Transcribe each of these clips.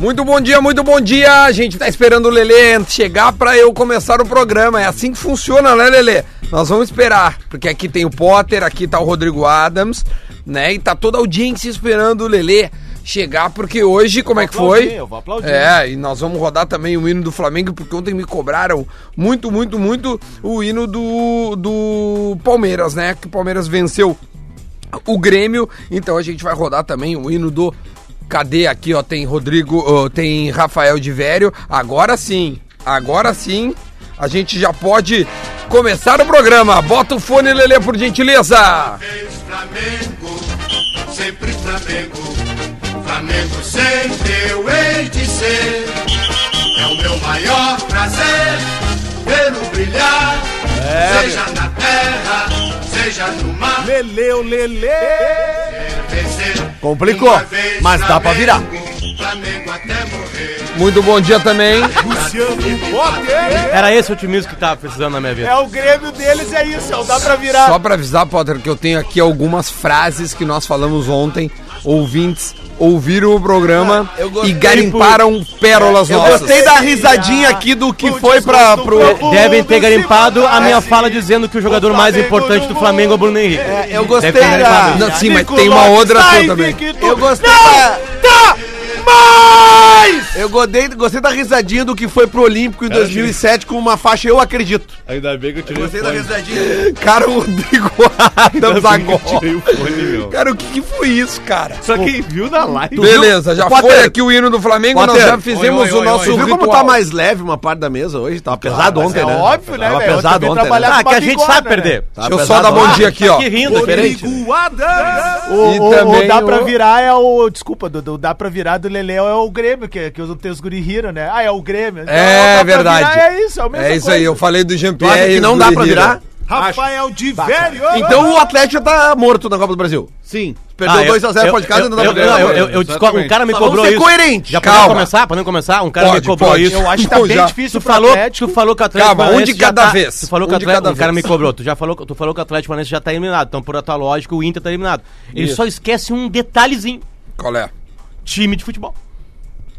Muito bom dia, muito bom dia. A gente tá esperando o Lelê chegar pra eu começar o programa. É assim que funciona, né, Lelê? Nós vamos esperar, porque aqui tem o Potter, aqui tá o Rodrigo Adams, né? E tá toda a audiência esperando o Lelê chegar, porque hoje, como é que aplaudir, foi? eu vou aplaudir. É, e nós vamos rodar também o hino do Flamengo, porque ontem me cobraram muito, muito, muito o hino do, do Palmeiras, né? Que o Palmeiras venceu o Grêmio, então a gente vai rodar também o hino do. Cadê aqui, ó? Tem Rodrigo, ó, tem Rafael de Vério. Agora sim, agora sim, a gente já pode começar o programa. Bota o fone, Lelê, por gentileza. Parabéns, Flamengo, sempre Flamengo. Flamengo sempre eu hei de ser. É o meu maior prazer vê-lo brilhar. É, seja na terra, seja no mar. Leleu, lele. Quero vencer. Complicou, Uma vez mas dá pra virar. Flamengo até morrer. Muito bom dia também. Luciano Potter. Era esse otimismo que tava precisando na minha vida. É o Grêmio deles, é isso, é o dá pra virar. Só pra avisar, Potter, que eu tenho aqui algumas frases que nós falamos ontem. Ouvintes ouviram o programa É, e garimparam pérolas Eu nossas. gostei da risadinha aqui do que foi pra, pro. Desgosto. Devem ter garimpado a minha É, sim. fala dizendo que o jogador mais Flamengo importante do do Flamengo é o mundo. Bruno Henrique. É, eu gostei Deve ter da. garimpado. Não, sim, mas tem uma outra sua também. Eu gostei da. Eu gostei, gostei da risadinha do que foi pro Olímpico em 2007 com uma faixa Eu Acredito. Ainda bem que eu tirei Gostei o da fone. risadinha. Cara, o Rodrigo Adams Ainda bem que eu agora. tirei o fone, meu. Cara, o que, que foi isso, cara? Pra quem viu na live. Beleza, já Potter, foi aqui o hino do Flamengo, nós Potter, já fizemos oi, oi, o nosso Você viu ritual. como tá mais leve uma parte da mesa hoje? Tava pesado mas ontem, é né? óbvio, né, Tava velho? pesado Ontem ontem, né? trabalhar Ah, com que a gente bigorna, sabe né? perder. Tá. Tava Deixa eu só pesado dar bom ontem. dia aqui, ó. Que rindo, é diferente. O, E o- o também dá pra o- virar é o. Desculpa, do, do dá pra virar do Leleu é o Grêmio, que, que os teus guri riram, né? Ah, é o Grêmio. Então, o É dá pra verdade. virar é isso, é o mesmo. É isso aí, eu falei do Tu acha Jean-Pierre. que e não do dá pra Herrera. virar? Rafael de velho! Então o Atlético já tá morto na Copa do Brasil. Sim. Perdeu Ah, eu- 2x0 eu- fora de casa e eu- não dá eu- pra virar. não, eu- né? eu- eu discordo, Um cara me Só vamos cobrou ser isso. coerente. Já podemos Calma. começar? Podemos começar? Um cara Pode, me cobrou pode. isso. Eu acho que tá Bom, bem já. difícil Tu falou, Atlético. tu falou que o Atlético Calma, um Paranaense de já cada tá- vez, Tu falou um que o de Atlético, cada o cara vez. me cobrou. Tu já falou, tu falou que o Atlético Paranaense já tá eliminado. Então, por tua lógica, o Inter tá eliminado. Ele só esquece um detalhezinho: Qual é? time de futebol.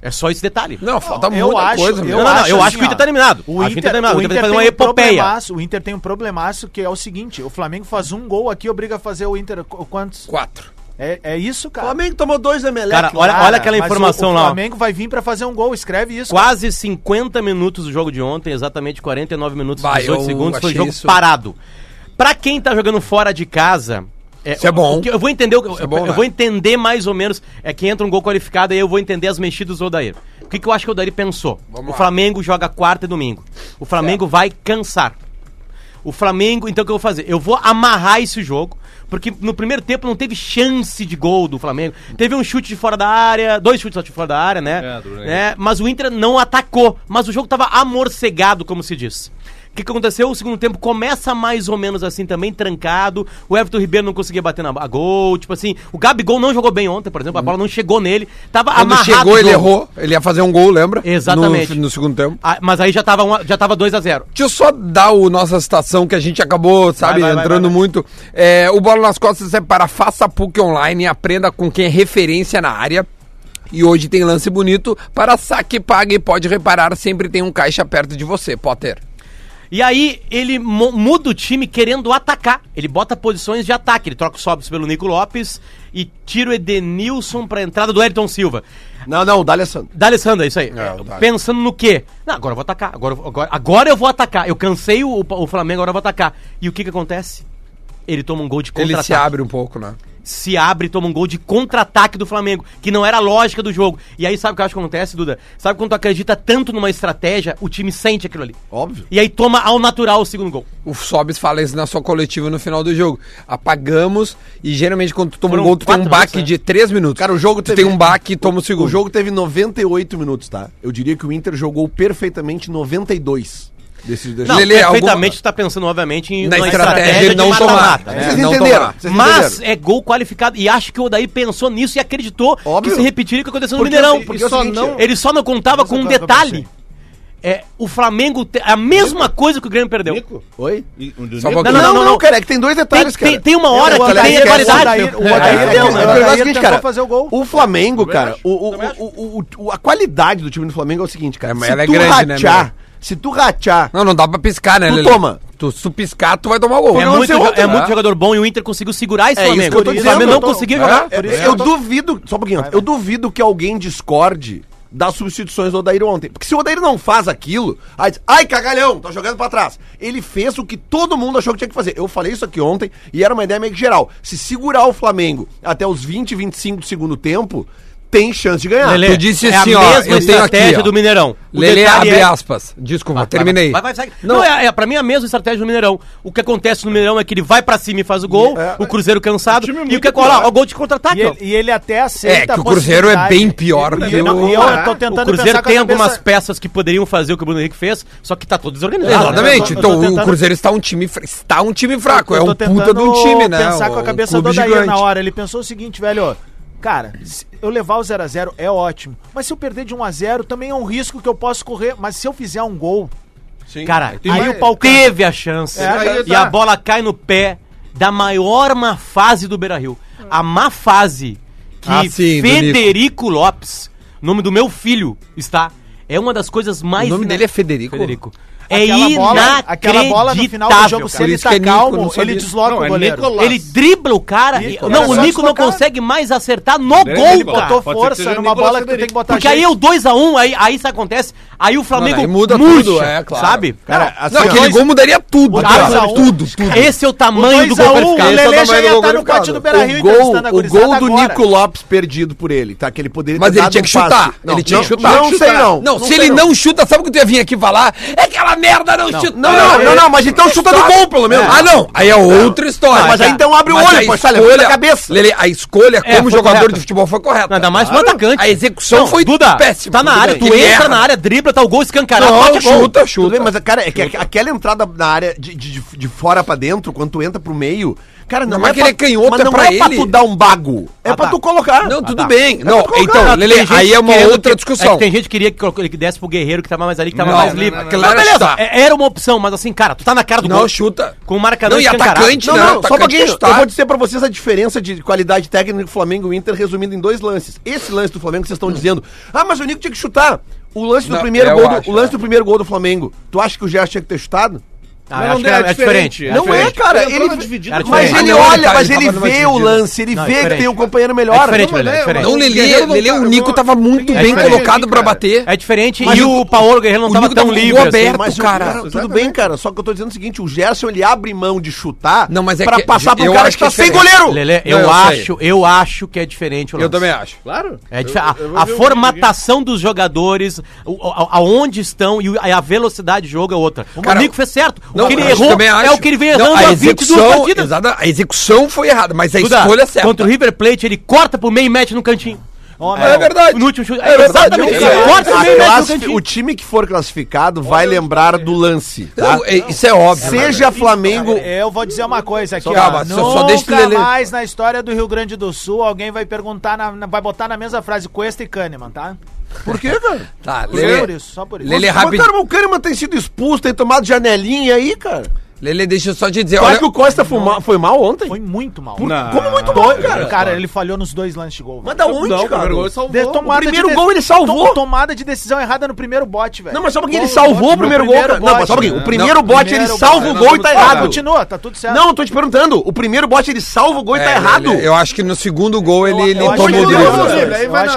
É só esse detalhe. Não, falta Tá eu muita acho- coisa, eu meu. não, não, não, acho eu assim, acho que o Inter ó, tá eliminado. O acho que o Inter tá Inter, eliminado. o O Inter Inter vai fazer tem uma um epopeia. problemaço, o Inter tem um problemaço que é o seguinte, o Flamengo faz um gol aqui e obriga a fazer o Inter qu- quantos? Quatro. É, é isso, O cara? Flamengo tomou dois da Melec. Cara, olha, olha aquela Mas informação o, o lá. ó. Flamengo vai vir pra fazer um gol, escreve isso. Quase 50 minutos do jogo de ontem, exatamente 49 minutos e Vai, 18 eu segundos, foi um achei jogo isso- parado. Pra quem tá jogando fora de casa, Isso é bom. o que- Eu vou entender, o que- Isso é eu, bom, né? vou entender mais ou menos é que entra um gol qualificado e eu vou entender as mexidas do Odair. O que, que eu acho que o Odair pensou? Vamos o lá. Flamengo joga quarta e domingo. O Flamengo vai cansar. O Flamengo, então o que eu vou fazer? Eu vou amarrar esse jogo, porque no primeiro tempo não teve chance de gol do Flamengo. Teve um chute de fora da área, dois chutes de fora da área, né? É, do Bruno né? Mas o Inter não atacou, mas o jogo tava amorcegado, como se diz. O que, que aconteceu? O segundo tempo começa mais ou menos assim também, trancado. O Everton Ribeiro não conseguia bater na a gol, tipo assim. O Gabigol não jogou bem ontem, por exemplo, a bola não chegou nele. Tava Quando amarrado. chegou, o ele jogo. errou. Ele ia fazer um gol, lembra? Exatamente. No, no segundo tempo. Ah, mas aí já tava, um a- já tava 2 a 0 Deixa eu só dar o nossa citação que a gente acabou, sabe, vai, vai, entrando vai. muito. É, o Bola nas Costas é para Faça PUC Online, aprenda com quem é referência na área. E hoje tem lance bonito para saque, pague e pode reparar, sempre tem um caixa perto de você, Potter. E aí ele mo- muda o time querendo atacar. Ele bota posições de ataque. Ele troca o Sobs pelo Nico Lopes e tira o Edenilson pra entrada do Ayrton Silva. Não, não, o D'Alessandro. D'Alessandro, é isso aí. É, Pensando no quê? Não, agora eu vou atacar. Agora, eu vou- agora, agora eu vou atacar. Eu cansei o, o Flamengo, agora eu vou atacar. E o que que acontece? Ele toma um gol de Ele contra-ataque. se abre um pouco, né? Se abre e toma um gol de contra-ataque do Flamengo, que não era a lógica do jogo. E aí sabe o que eu acho que acontece, Duda? Sabe quando tu acredita tanto numa estratégia, o time sente aquilo ali. Óbvio. E aí toma ao natural o segundo gol. O Sobis fala isso na sua coletiva no final do jogo. Apagamos e geralmente quando tu toma Foram um gol, tu tem um quatro baque minutos, de né? três minutos. Cara, o jogo tu teve- tem um baque e toma o segundo. O jogo teve 98 minutos, tá? Eu diria que o Inter jogou perfeitamente 92 desses desses Não, Lele, perfeitamente alguma- tu tá pensando, obviamente, em Na uma estratégia de não mata-mata, tomar, né? É, Vocês não entenderam? tomaram. Vocês Mas entenderam? é gol qualificado. E acho que o Odaí pensou nisso e acreditou Óbvio. que se repetiria o que aconteceu no Porque Mineirão. assim, porque é o seguinte, Ele só não contava com um claro que eu detalhe. É, o Flamengo. te- A mesma coisa que o Grêmio perdeu. Nico? Oi? E- o do Só um Nico? pouquinho. Não, não, não, cara, é que tem dois Tem, detalhes, tem, cara. tem uma hora Eu que acho tem que é o rivalidade. Odair- o É, Odair- é, né? o não, é verdade, é o Odair seguinte, tentou cara, fazer o gol. O Flamengo, Também cara, acho, o, o, também acho. o, o- o- a qualidade do time do Flamengo é o seguinte, cara. É, Se ela é tu grande, né, rachar, meu? se tu rachar, Não, não dá pra piscar, né, Tu Lelê? toma. Tu, se tu piscar, tu vai tomar gol. É, Não, muito, você jo- outra, é né? muito jogador bom e o Inter conseguiu segurar esse É isso Flamengo. que eu tô o dizendo, Flamengo não eu tô- conseguiu É? jogar. Por eu duvido, só um pouquinho, eu duvido que alguém discorde das substituições do Odair ontem. Porque se o Odair não faz aquilo, aí diz, ai cagalhão, tá jogando pra trás. Ele fez o que todo mundo achou que tinha que fazer. Eu falei isso aqui ontem e era uma ideia meio que geral. Se segurar o Flamengo até os 20, 25 do segundo tempo, tem chance de ganhar. Lelê, tu disse é assim, a ó, mesma eu tenho estratégia aqui, ó. do Mineirão. O Lelê, detalhe abre é- aspas. Desculpa, terminei. Vai, vai, segue. Não, é, é, pra mim é a mesma estratégia do Mineirão. O que acontece no Mineirão é que ele vai pra cima e faz o gol, o Cruzeiro cansado, é. O time é e o muito que é colar? pior. Ó, gol de contra-ataque, E ó. ele, e ele até É, aceita que a o Cruzeiro é possibilidade. bem pior que E eu, o... e eu tô tentando é. O Cruzeiro pensar com a tem cabeça- algumas peças que poderiam fazer o que o Bruno Henrique fez, só que tá todo desorganizado. né? Exatamente. Eu tô- eu tô Então, o tentando- Cruzeiro está um time, fra- está um time fraco. Eu É tô um puta de um tentando time, né? pensar com a Um cabeça do clube Odair gigante. na hora. Ele pensou o seguinte, velho, ó, cara, se eu levar o 0 a 0 é ótimo, mas se eu perder de 1 a 0 também é um risco que eu posso correr, mas se eu fizer um gol, Cara, Aí aí o pau canta. teve a chance. É, aí e a bola cai no pé da maior má fase do Beira Rio. A má fase que Ah, sim, do Federico Lopes, nome do meu filho, está. É uma das coisas mais. O nome dele é Federico? É aquela bola, inacreditável. aquela bola no final do jogo, se Por ele isso que tá é Nico, eu não calmo, sabia. ele desloca Não, o é goleiro. Nicolas. Ele dribla o cara. e- Nicolas. não, o Era só Nico não deslocar. consegue mais acertar no Ele gol, botou cara. Botou Pode ser que força seja numa Nicolas bola que tu Federico. tem que botar Porque aí é jeito. o 2x1, aí, aí isso acontece. Aí o Flamengo daí muda murcha, tudo, é, claro. sabe? Cara, assim, Não, ó, aquele gol mudaria tudo, O cara. dois a um. Tudo, tudo. Tá, Esse é o tamanho do 2 a gol 1, o qualificado. Lele já tamanho do ia gol estar no qualificado. pátio do Beira-Rio o gol, tá o a gol do agora. Nico Lopes perdido por ele, tá? Que ele poderia Mas ter ele dado tinha que um passe. chutar. ele tinha que chutar. Não sei não. Não, se sei, ele não chuta, sabe o que tu ia vir aqui falar? É aquela merda, não, chuta. Não, não, não, não, mas então chuta no gol, pelo menos. Ah, não. Aí é outra história. Não, mas aí então abre o Mas olho, a pô, sai, escolha- levanta a cabeça. Lele, a escolha É, como foi jogador correta. de futebol foi correta. Nada mais pro atacante. A execução foi Duda, péssima. Tá na Tudo área, bem. tu Ele entra erra. na área, dribla, tá o gol escancarado. Não, bate a gol. chuta, chuta. Bem, mas, cara, é que aqu- aquela entrada na área de, de, de fora pra dentro, quando tu entra pro meio, cara, não, Não, mas é que ele é canhoto, mas é não pra é pra ele. tu dar um bago. É Ah, pra tá. tu colocar. Não, tudo tá. bem. Não, colocado. então, Lele, Tem gente aí é uma querendo outra que- é discussão. que tem gente que queria que, colocou- que desse pro Guerreiro, que tava mais ali, que tava Não, mais não, livre. não, não, não. Mas Tá. é- era uma opção, mas assim, cara, tu tá na cara do Não, gol. chuta. Com o marcador Não, e escancarado. atacante, Não, né? não, só um Atacante pouquinho. chutar. Eu vou dizer pra vocês a diferença de qualidade técnica do Flamengo e Inter resumindo em dois lances. Esse lance do Flamengo que vocês estão dizendo, ah, mas o Nico tinha que chutar. O lance do Não, primeiro eu gol, do- acho, o lance é. do primeiro gol do Flamengo. Tu acha que o Gerson tinha que ter chutado? Ah, eu acho que era- é diferente. Não é, cara. Ele Ele, entrou na dividida, Era mas diferente. ele Ah, não, ele olha, tá- mas ele ele tava numa vê o dividida. lance, ele Não, é vê que diferente. tem um companheiro É melhor. diferente, Não, velho, é diferente. Não, Lelê, Lelê, o Nico tá tava muito É bem diferente, colocado pra cara. bater. É diferente. Mas e o- o Paulo Guerreiro o não tava Nico tão tava com o livre. gol aberto. assim. Mas o cara. cara, tudo bem, cara. Só que eu tô dizendo o seguinte: o Gerson ele abre mão de chutar Não, mas é pra que- passar pro eu cara acho que tá que é sem diferente. goleiro. Lelê, Não, eu, eu sei. acho, eu acho que é diferente o Eu lance. também acho. Claro. É Eu- dife- a- eu vou a, ver o formatação dos jogadores, o- a- a- aonde estão e o- a velocidade do jogo é outra. Cara, o Nico fez certo. Não, o que ele eu acho- errou também é acho. o que ele vem Não, errando a há 22 execução, partidas. exata- a execução foi errada, mas a Duda, escolha é certa. Contra o River Plate, ele corta pro meio e mete no cantinho. Ó, É meu, verdade. No último chute. É verdade. Exatamente. eu Ele sei. corta pro A meio e mete no classifi- cantinho. O time que for classificado vai lembrar do lance. tá? Não, é- Isso é óbvio. Seja Flamengo. Eu vou dizer uma coisa aqui, Só- ó. calma, só- só deixa que Nunca Lelê- mais na história do Rio Grande do Sul alguém vai perguntar, na- na- vai botar na mesma frase Cuesta e Kahneman, tá? Por quê, cara? Tá, Só por Lele, isso, só por isso. Lele Mas, rápido. cara, mas o Kahneman tem sido expulso, tem tomado janelinha aí, cara. Lele, deixa eu só te dizer. Eu acho Olha, que o Costa foi mal, foi mal ontem. Foi muito mal. Não. Como muito mal, Cara, cara. cara, ele falhou nos dois lances de gol. Mas velho. da onde, Não, o cara? primeiro gol ele salvou. De- tomada primeiro de gol ele salvou. to- tomada de decisão errada no primeiro bote, velho. Não, mas só porque ele Gol, salvou bote, o primeiro no gol, cara. bote, Não, mas só porque né? o primeiro bote ele primeiro salva bote. o gol e tá Ah, errado. Continua, tá tudo certo. Não, eu tô te perguntando. O primeiro bote ele salva o gol e tá é, errado. Lele, Eu acho que no segundo gol ele, ele eu acho tomou que o ele direito. errou, né?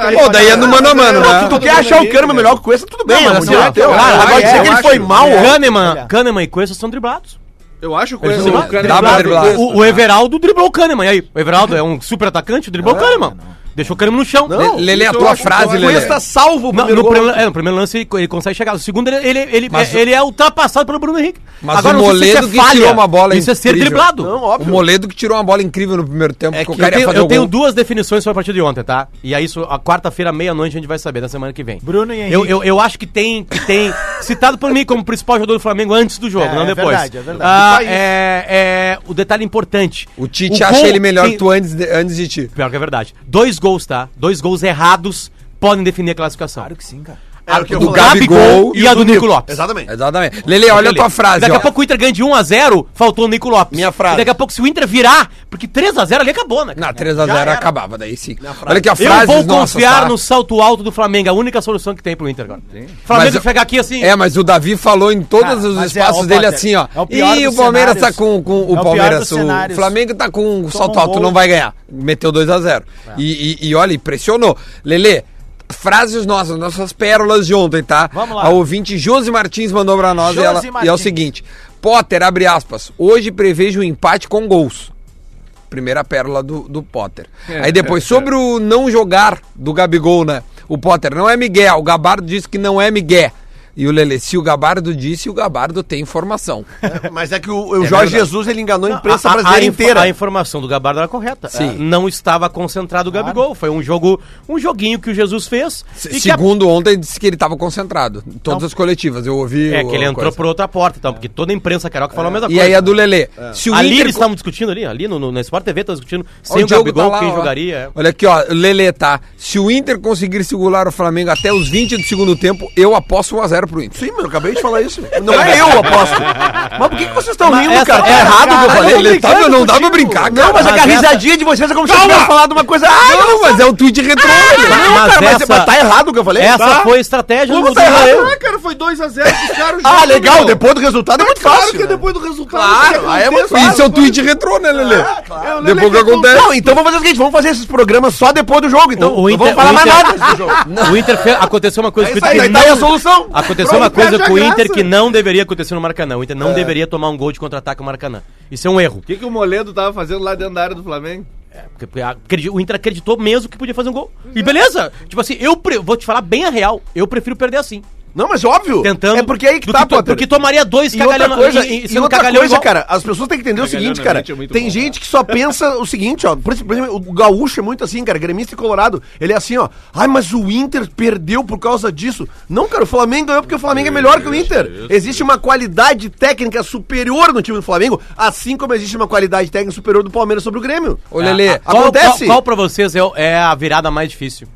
Lele. Pô, daí é no mano a mano, Não, se né? tu quer achar o Kahneman melhor que o Cuesta, tudo bem. Não, mas mano, assim, ó, é teu. eu- Agora eu dizer que ele acho- foi mal ontem. Kahneman, Kahneman e Cuesta são driblados. Eu acho que o Cuesta- um Dá o Kahneman- pra driblar. Cuesta- O, o Everaldo driblou o Kahneman. E aí, o Everaldo é um super atacante, driblou o Kahneman. Deixou o Kahneman no chão. Não, Lele, a isso eu tua acho que frase, foi- O Lele. Cuesta salva Não, o primeiro no, gol. primeiro, é, no primeiro lance ele, ele consegue chegar. No segundo ele, ele, ele, né? Mas é, ele é ultrapassado pelo Bruno Henrique. Mas o não sei se Moledo é que tirou uma bola Isso é ser incrível. driblado. Não, O Moledo que tirou uma bola incrível no primeiro tempo, É que o que eu cara ia tenho, fazer eu o tenho gol. duas definições sobre a partida de ontem, tá? E aí, isso, a quarta-feira, meia-noite, a gente vai saber, na semana que vem. Bruno e Henrique. eu, eu, eu acho que tem, que tem citado por mim como principal jogador do Flamengo antes do jogo, É, não é depois. verdade, é verdade. Ah, Só isso. é, é, o detalhe importante. O Tite O acha gol ele melhor tem- que tu antes de- antes de ti. Pior que é verdade. Dois gols, tá? Dois gols errados podem definir a classificação. Claro que sim, cara. Era É o que eu do falava. Gabigol e a do Nico Lopes. Exatamente. Exatamente. Lele, olha a Lele. tua frase, Daqui ó. a pouco o Inter ganha de 1x0, faltou o Nico Lopes. Minha frase. E daqui a pouco, se o Inter virar, porque 3x0 ali acabou, né? cara? Na 3x0 era. acabava, daí sim. Olha que a Eu frase tá? vou confiar no salto alto do Flamengo, a única solução que tem pro Inter agora. Flamengo Mas- chegar aqui assim. É, mas o Davi falou em todos Cara, os mas é, espaços ó, dele Potter, assim, ó. é o pior e o dos Palmeiras tá cenários. com, com É o o, pior Palmeiras. dos O cenários. Flamengo tá com um salto um alto, gol. É. não vai ganhar. Meteu 2x0. E, e, e olha, impressionou. Lele. Frases nossas, nossas pérolas de ontem, tá? Vamos lá. A ouvinte Josi Martins mandou pra nós e, ela- Josi e é o Martins. seguinte: Potter, abre aspas, hoje prevejo um empate com gols. Primeira pérola do, do Potter. É. Aí depois, sobre o não jogar do Gabigol, né? O Potter não é Miguel, o Gabardo disse que não é Miguel. E o Lele, se o Gabardo disse, o Gabardo tem informação. Mas é que o, o Jorge verdade. Jesus ele enganou a imprensa A, a, a, brasileira info- inteira. a informação do Gabardo era correta. Sim. É, Não estava concentrado o Gabigol. Foi um jogo, um joguinho que o Jesus fez. Se- e que a- Então, Segundo ontem, disse que ele estava concentrado. em Todas as coletivas, eu ouvi. É, o- que ele a entrou coisa. É. por outra porta, então, porque toda a imprensa carioca falou a mesma E coisa. aí a do Lele. Se o É. ali Inter... eles estavam discutindo ali, ali no, no, na Sport TV estavam discutindo Ó, sem o, Diogo Gabigol, tá lá, quem ó. jogaria. Olha aqui, ó, Lele, tá? Se o Inter conseguir segurar o Flamengo até os 20 do segundo tempo, eu aposto 1x0 pro Inter. Sim, meu, eu acabei de falar isso. Não é eu, aposto. Mas por que, que vocês estão Mas rindo, essa- cara? é errado o que eu falei. Lele, tá, meu, não dá pra brincar, cara. Não, mas, é que a Mas essa- risadinha de vocês é como se eu tivesse falado uma coisa. Ah, Não, mas é um tweet retrô. é mas não, cara, mas, assim, essa- mas tá errado o que eu falei. Essa Tá. foi a estratégia Como do tá errado? Moreira. Ah, cara, foi 2x0 os caras Ah, jogam, legal, meu. depois do resultado é muito Claro fácil. que depois do resultado. Claro, aí é muito acontece, fácil. Isso é um tweet retrô, né, é, Lelê? eu lembro Depois que um que acontece. Não, então vamos fazer o seguinte, vamos fazer esses programas só depois do jogo, então. O- o não vamos Inter- falar o mais Inter- nada desse jogo. O Inter fez, aconteceu uma coisa É que o isso aí, Inter daí não- a solução. Aconteceu uma Pronto, coisa perde a com o Inter graça. que não deveria acontecer no Maracanã. O Inter É. não deveria tomar um gol de contra-ataque no Maracanã. Isso é um erro. É, O que, que o Moledo tava fazendo lá dentro da área do Flamengo? Porque- porque acredi- O Inter acreditou mesmo que podia fazer um gol. E beleza! Tipo assim, eu pre- vou te falar bem a real. Eu prefiro perder assim. Não, mas óbvio. Tentando. É porque aí que do tá, to- Potter. Porque tomaria dois E outra cagalhão coisa, e- e- e sendo outra cagalhão coisa igual. cara, as pessoas têm que entender o Cagalhão seguinte, na cara. mente é muito tem bom, gente que só pensa o seguinte, ó. Por exemplo, por exemplo, o gaúcho é muito assim, cara. Gremista e colorado. Ele é assim, ó. Ai, mas o Inter perdeu por causa disso. Não, cara, o Flamengo ganhou porque o Flamengo é melhor que o Inter. Existe uma qualidade técnica superior no time do Flamengo, assim como existe uma qualidade técnica superior do Palmeiras sobre o Grêmio. Ô, Lelê, Ah, Qual, qual, Acontece. qual pra vocês é, o- é a virada mais difícil?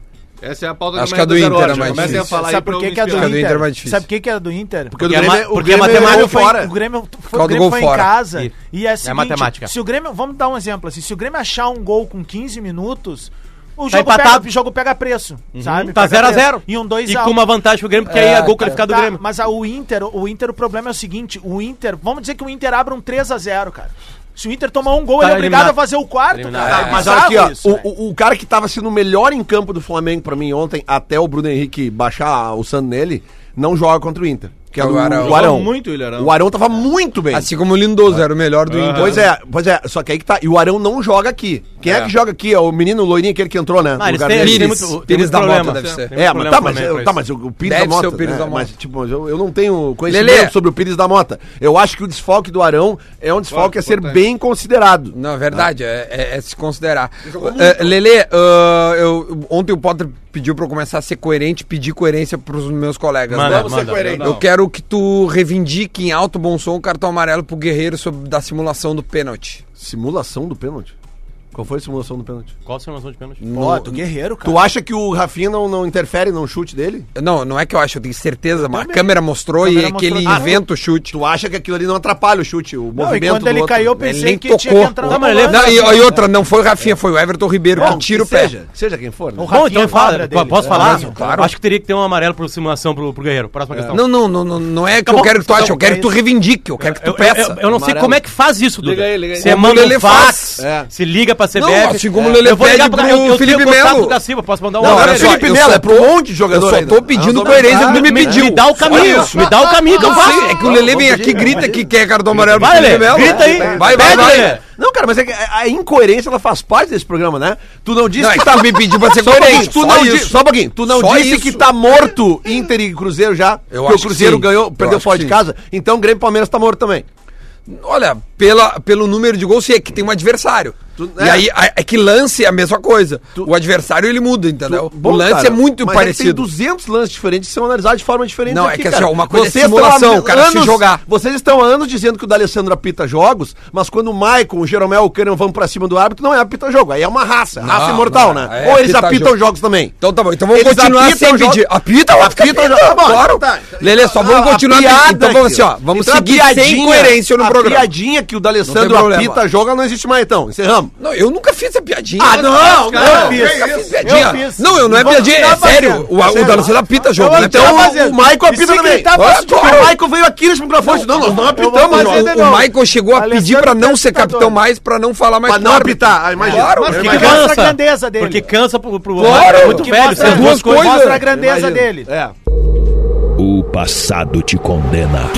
Essa é a pauta Acho que a do Zero Inter Hora, é já mais comecem a difícil. falar aí Sabe pra por que, eu que é me do Porque a inspirar. do Inter? Inter é mais difícil. Sabe por que, que é do Inter? o Porque a Grêmio, ma- o porque a Grêmio matemática errou foi- fora. O Grêmio foi, Causa o do Grêmio gol foi em fora. casa. E- E, é o seguinte, matemática. se o Grêmio, vamos dar um exemplo assim, se o Grêmio achar um gol com 15 minutos, o Tá jogo, pega, empatado. o jogo pega preço, sabe? Tá Pega 0 a preço. 0 E um 2 E a com 1. uma vantagem pro Grêmio, porque aí é gol qualificado Tá, do Grêmio. Mas a- o Inter, o Inter, o problema é o seguinte: o Inter, vamos dizer que o Inter abre um 3x0, cara. Se o Inter tomar um gol, Tá ele é obrigado eliminado. a fazer o quarto, Eliminado. cara. Tá, É mas olha bizarro aqui, ó, isso, o- velho. o, o cara que tava sendo o melhor em campo do Flamengo pra mim ontem, até o Bruno Henrique baixar o sando nele, não joga contra o Inter. Que é O do, Arão. o Arão. Jogou muito, ele, Arão. O Arão tava muito bem. Assim como o Lindoso era o melhor do Inter. Pois é, pois é, só que aí que tá. E o Arão não joga aqui. Quem é, É. que joga aqui? É o menino loirinho, aquele que entrou, né? Ah, eles lugar têm- dele. eles têm Pires. muito- tem Pires muito da problema. Mota deve Tem ser. muito É, mas problema tá, pro mas, Flamengo eu- pra tá, isso. mas o, o Pires Deve da Mota. ser o Pires né? da Mota. Mas, tipo, eu, eu não tenho conhecimento Lelê. sobre o Pires da Mota. Eu acho que o desfalque do Arão é um desfalque a ser importante. bem considerado. Não, é verdade, é, é- é se considerar. Eh, Lele, ah, eu, ontem o Potter pediu pra eu começar a ser coerente, pedir coerência pros meus colegas. Manda, né? manda. Eu quero que tu reivindique em alto bom som o cartão amarelo pro Guerreiro sobre, da simulação do pênalti. Simulação do pênalti? Qual foi a simulação do pênalti? Qual a simulação de pênalti? Pô, do guerreiro, cara. Tu acha que o Rafinha não, não interfere no chute dele? Não, não é que eu acho, eu tenho certeza, mas a câmera mostrou A e câmera é que ele mostrou. Ah, inventa o chute. Tu acha que aquilo ali não atrapalha o chute, o Não, e movimento quando do ele outro? caiu, eu Ele pensei nem que tinha que tocou. entrar Tá, mas volante. ele é- Não, e, e outra, não foi o Rafinha, foi o Everton Ribeiro Bom, que tira o pé. Seja, seja quem for, né? Bom, O Rafinha então eu cobra falo, dele. posso É, falar? mesmo, claro. Acho que teria que ter um amarelo pro simulação pro, pro Guerreiro. Próxima questão. Não, não, não, não, não é que eu Então. Acabou. quero que tu ache, eu Então, quero é que tu isso. reivindique, eu quero que tu Eu, eu- peça. eu não sei Amarelo. como é que faz isso, Duda. Liga aí, liga aí. Você Como manda o um Lelê fax, faz. É. se liga pra CBF. Não, assim como o Lelê eu vou ligar pede pro, eu, pro eu Felipe tenho contato Melo. do Da Silva, posso mandar um Não, não, olha é amarelo? só, Felipe eu Melo, só é pra um monte de Eu jogador só ainda. tô pedindo Ah, coerência que tu me tá, pediu. Me dá o caminho, Olha isso. me dá o caminho que eu Não faço. sei, é que o Lelê vem vamos aqui, pedir, grita vamos que quer cartão amarelo Vai, Felipe Lelê, Melo. grita aí. Vai, vai, Pede, vai. Lelê. Não, cara, mas é que a a incoerência ela faz parte desse programa, né? Tu não disse Não, é que que tá tu me pediu pra ser Só um pouquinho, coerente, tu só não isso. di- só um pouquinho, tu não Só disse isso. que tá morto Inter e Cruzeiro já? Eu porque acho o que Cruzeiro sim. ganhou, Eu perdeu acho fora que de sim. casa, então o Grêmio e Palmeiras tá morto também. Olha, pela, pelo número de gols, se é que tem um adversário. Tu- E é. aí, a- é que lance é a mesma coisa. o adversário ele muda, entendeu? Bom, o lance cara, é muito mas parecido. tem 200 lances diferentes que são analisados de forma diferente. Não, é que assim, ó, uma coisa é Vocês estão simulação, há o cara se anos- jogar. Vocês estão há anos dizendo que o D'Alessandro apita jogos, mas quando o Maicon, o Jeromel o Cano vão pra cima do árbitro, não é apita jogo. Aí é uma raça, raça Não, imortal, não é. né? É Ou eles apita apitam jogo. jogos também. Então tá bom, então vamos Eles continuar apitam sem o jogo. pedir. Apita, ou Apitam o jogo. Tá, Tá bom. claro. Tá, então- Lele, só A- vamos a continuar. piada então vamos assim, aqui, ó. Vamos Então a seguir sem piadinha- coerência no a programa. piadinha que o Não D'Alessandro tem problema. apita jogo, não existe mais então. Encerramos. Não, eu nunca fiz a piadinha. Ah, não, Cara, não, eu nunca que fiz isso? piadinha. Eu fiz. Não, eu não é Não, piadinha, não é tá sério. fazendo. O, o Sério. D'Alessandro apita jogo, Não, né? Então Eu vou o, fazer. o Maicon E apita se também. gritar, Olha, faço de o novo. Maicon veio aqui nesse microfone. Não, nós não vou apitamos, fazer João. de novo. O, o Michael chegou a Alessandro pedir pra não tá ser ditador. capitão mais, pra não falar mais Pra com não o apitar, ah, árbitro. imagina. Claro, Mas Porque que cansa, mostra a grandeza dele. Porque cansa pro, pro Claro, é muito que velho, mostra- são duas mostra- coisas. Mostra a grandeza Imagina. dele. É. O passado te condena.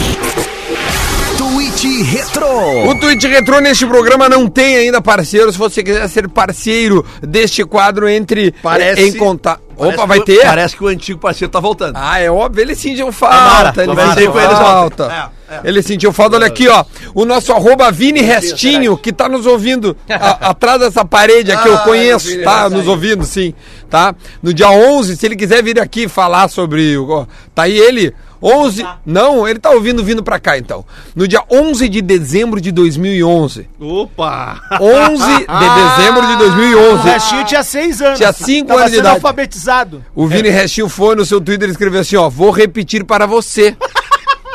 Tweet Retro. O Twitch Retro neste programa não tem ainda parceiro. Se você quiser ser parceiro deste quadro, entre eh, Parece- em contato. Parece Opa, que vai o- ter? Parece que o antigo parceiro tá voltando. Ah, é óbvio, ele sentiu falta. ele tomara, sentiu tomara. falta. É, é. Ele sentiu falta. Olha aqui, ó. O nosso arroba Vini Restinho, que tá nos ouvindo a- atrás dessa parede aqui, eu Ah, conheço, Vini tá? Restinho. Nos ouvindo, sim. Tá? No dia 11, se ele quiser vir aqui falar sobre... o- ó, Tá aí ele... 11... Não, ele tá ouvindo vindo pra cá, então. No dia 11 de dezembro de 2011. Opa! 11 de dezembro de O 2011. Restinho tinha seis anos. Tinha cinco Tava anos de sendo idade. alfabetizado. O É. Vini Restinho foi no seu Twitter e escreveu assim, ó, vou repetir para você.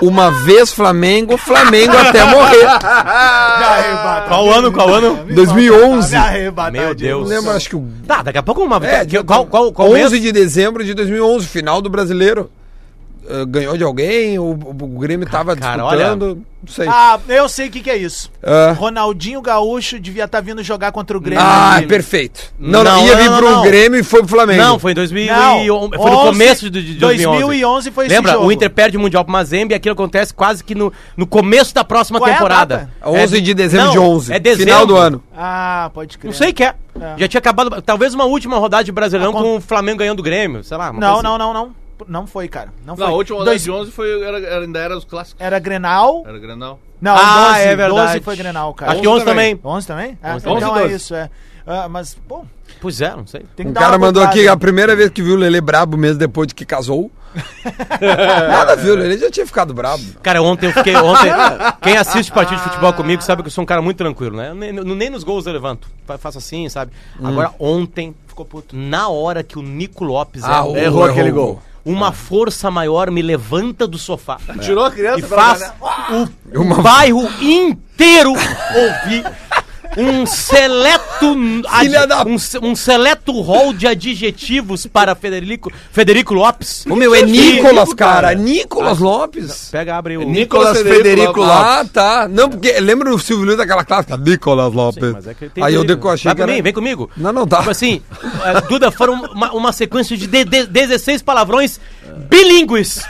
Uma vez Flamengo, Flamengo até morrer. Qual ano, qual ano? 2011. Meu Deus. Lembra, acho que o Tá, daqui a pouco uma é, vitória. Qual, qual, qual 11 mês? de dezembro de 2011, final do Brasileiro. Eh, ganhou de alguém, o, o Grêmio tava cara, disputando, não sei. Ah, eu sei o que, que é isso. Ah. Ronaldinho Gaúcho devia estar vindo jogar contra o Grêmio. Ah, Ele- perfeito. Não, não, Não, ia não, vir não, pro não. Grêmio e foi pro Flamengo. Não, foi em 2011. Não, foi no 11, começo de, de 2011. 2011 foi esse Lembra? jogo. O Inter perde o Mundial pro Mazembe e aquilo acontece quase que no, no começo da próxima Qual é a temporada. data? 11 É- de dezembro não, de 11, É dezembro. final do ano. Ah, pode crer. Não sei o que é. Já tinha acabado. Talvez uma última rodada de Brasileirão Acon- com o Flamengo ganhando o Grêmio, sei lá. uma Não, coisa assim. não, não, não. Não foi, cara. Não foi. Não, a última rodada Dois- de 11 foi, era, era- ainda era os clássicos. Era Grenal. Era Grenal. Não, Ah, é verdade. foi Grenal, cara. Acho que 11 também. 11 também? Ah, 11 então também. é isso, é. Ah, mas, pô, Pois é, não sei. tem que Um dar cara uma mandou aqui a cuidada. primeira vez que viu o Lele brabo mesmo depois de que casou. Nada viu, o Lele já tinha ficado brabo. Cara, ontem eu fiquei. Ontem, quem assiste partido de futebol comigo sabe que eu sou um cara muito tranquilo, né? Eu Nem, eu nem nos gols eu levanto. Fa- Faço assim, sabe? Hum. Agora, ontem, ficou puto. Na hora que o Nico Lopes Ah, errou, errou aquele gol. uma força maior me levanta do sofá. Tirou a criança E faz o bairro inteiro ouvir um seleto Filha da- um, se- um seleto rol de adjetivos para Federico Federico Lopes. O meu é E- Nicolas, cara. Nicolas Ah. Lopes. Pega, abre o Nicolas Federico Lopes. Ah, tá. Não, porque lembra o Silvio Luiz daquela clássica? Nicolas Lopes. Mas é que tem Aí eu perigo. decochei. Vai pra mim, vem comigo. Não, não dá. tá? Tipo assim, eh, Duda, foram uma, uma sequência de, de- de- 16 palavrões bilíngues.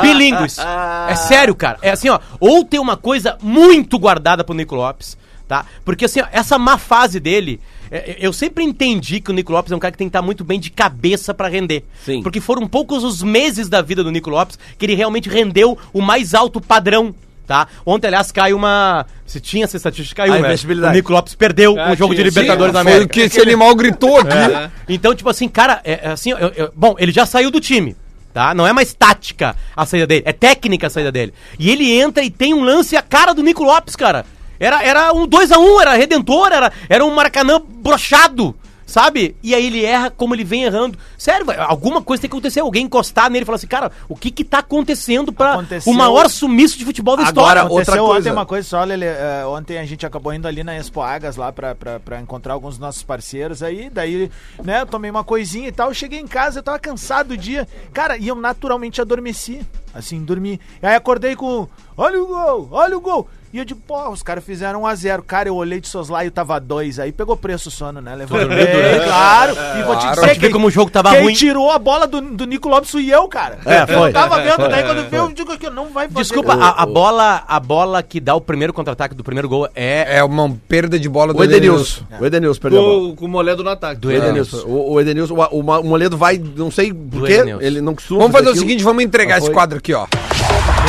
Bilíngues. É sério, cara. É assim, ó. Ou tem uma coisa muito guardada pro Nico Lopes, tá? Porque assim, ó, essa má fase dele. eh, Eu sempre entendi que o Nico Lopes é um cara que tem que estar muito bem de cabeça pra render. Sim. Porque foram poucos os meses da vida do Nico Lopes que ele realmente rendeu o mais alto padrão, tá? Ontem, aliás, cai uma. Se tinha essa estatística, caiu, A né? investibilidade. O Nico Lopes perdeu Ah, o jogo de tinha, Libertadores da Foi o um América. É que esse animal gritou aqui. Então, tipo assim, cara, é, é assim, eu- eu- bom, ele já saiu do time. Tá? Não é mais tática a saída dele, é técnica a saída dele. E ele entra e tem um lance e a cara do Nico Lopes, cara. Era, era um 2 a 1 era redentor, era, era um Maracanã brochado, sabe? E aí ele erra como ele vem errando. Sério, vai, alguma coisa tem que acontecer. Alguém encostar nele e falar assim, cara, o que que tá acontecendo pra Aconteceu. o maior sumiço de futebol da Agora, história? outra Aconteceu coisa. ontem uma coisa só, Lele. eh, ontem a gente acabou indo ali na Expo Agas lá pra, pra, pra encontrar alguns dos nossos parceiros aí. Daí, né, eu tomei uma coisinha e tal. Cheguei em casa, eu tava cansado do dia. Cara, e eu naturalmente adormeci. Assim, dormi. Aí acordei com. Olha o gol, olha o gol. E eu digo, pô, os caras fizeram 1 a 0 Cara, eu olhei de Soslaio, tava 2. Aí pegou preço o sono, né? Levantei, claro. E vou Claro. te dizer Pra te ver quem- como o jogo tava quem ruim. tirou a bola do, do Nico Lopes fui eu, cara. É, foi. Eu tava vendo, daí quando veio, eu digo que não vai fazer. Desculpa, a, a bola, a bola que dá o primeiro contra-ataque do primeiro gol é. É uma perda de bola O Edenilson. O Edenilson perdeu a bola. Com, com o Moledo no ataque. O Edenilson. O, o Edenilson, o, o Ma- o Moledo vai, não sei porquê, Edenilson. ele não costuma. Vamos fazer o aquilo. seguinte, vamos entregar Ah, esse foi. quadro aqui, ó.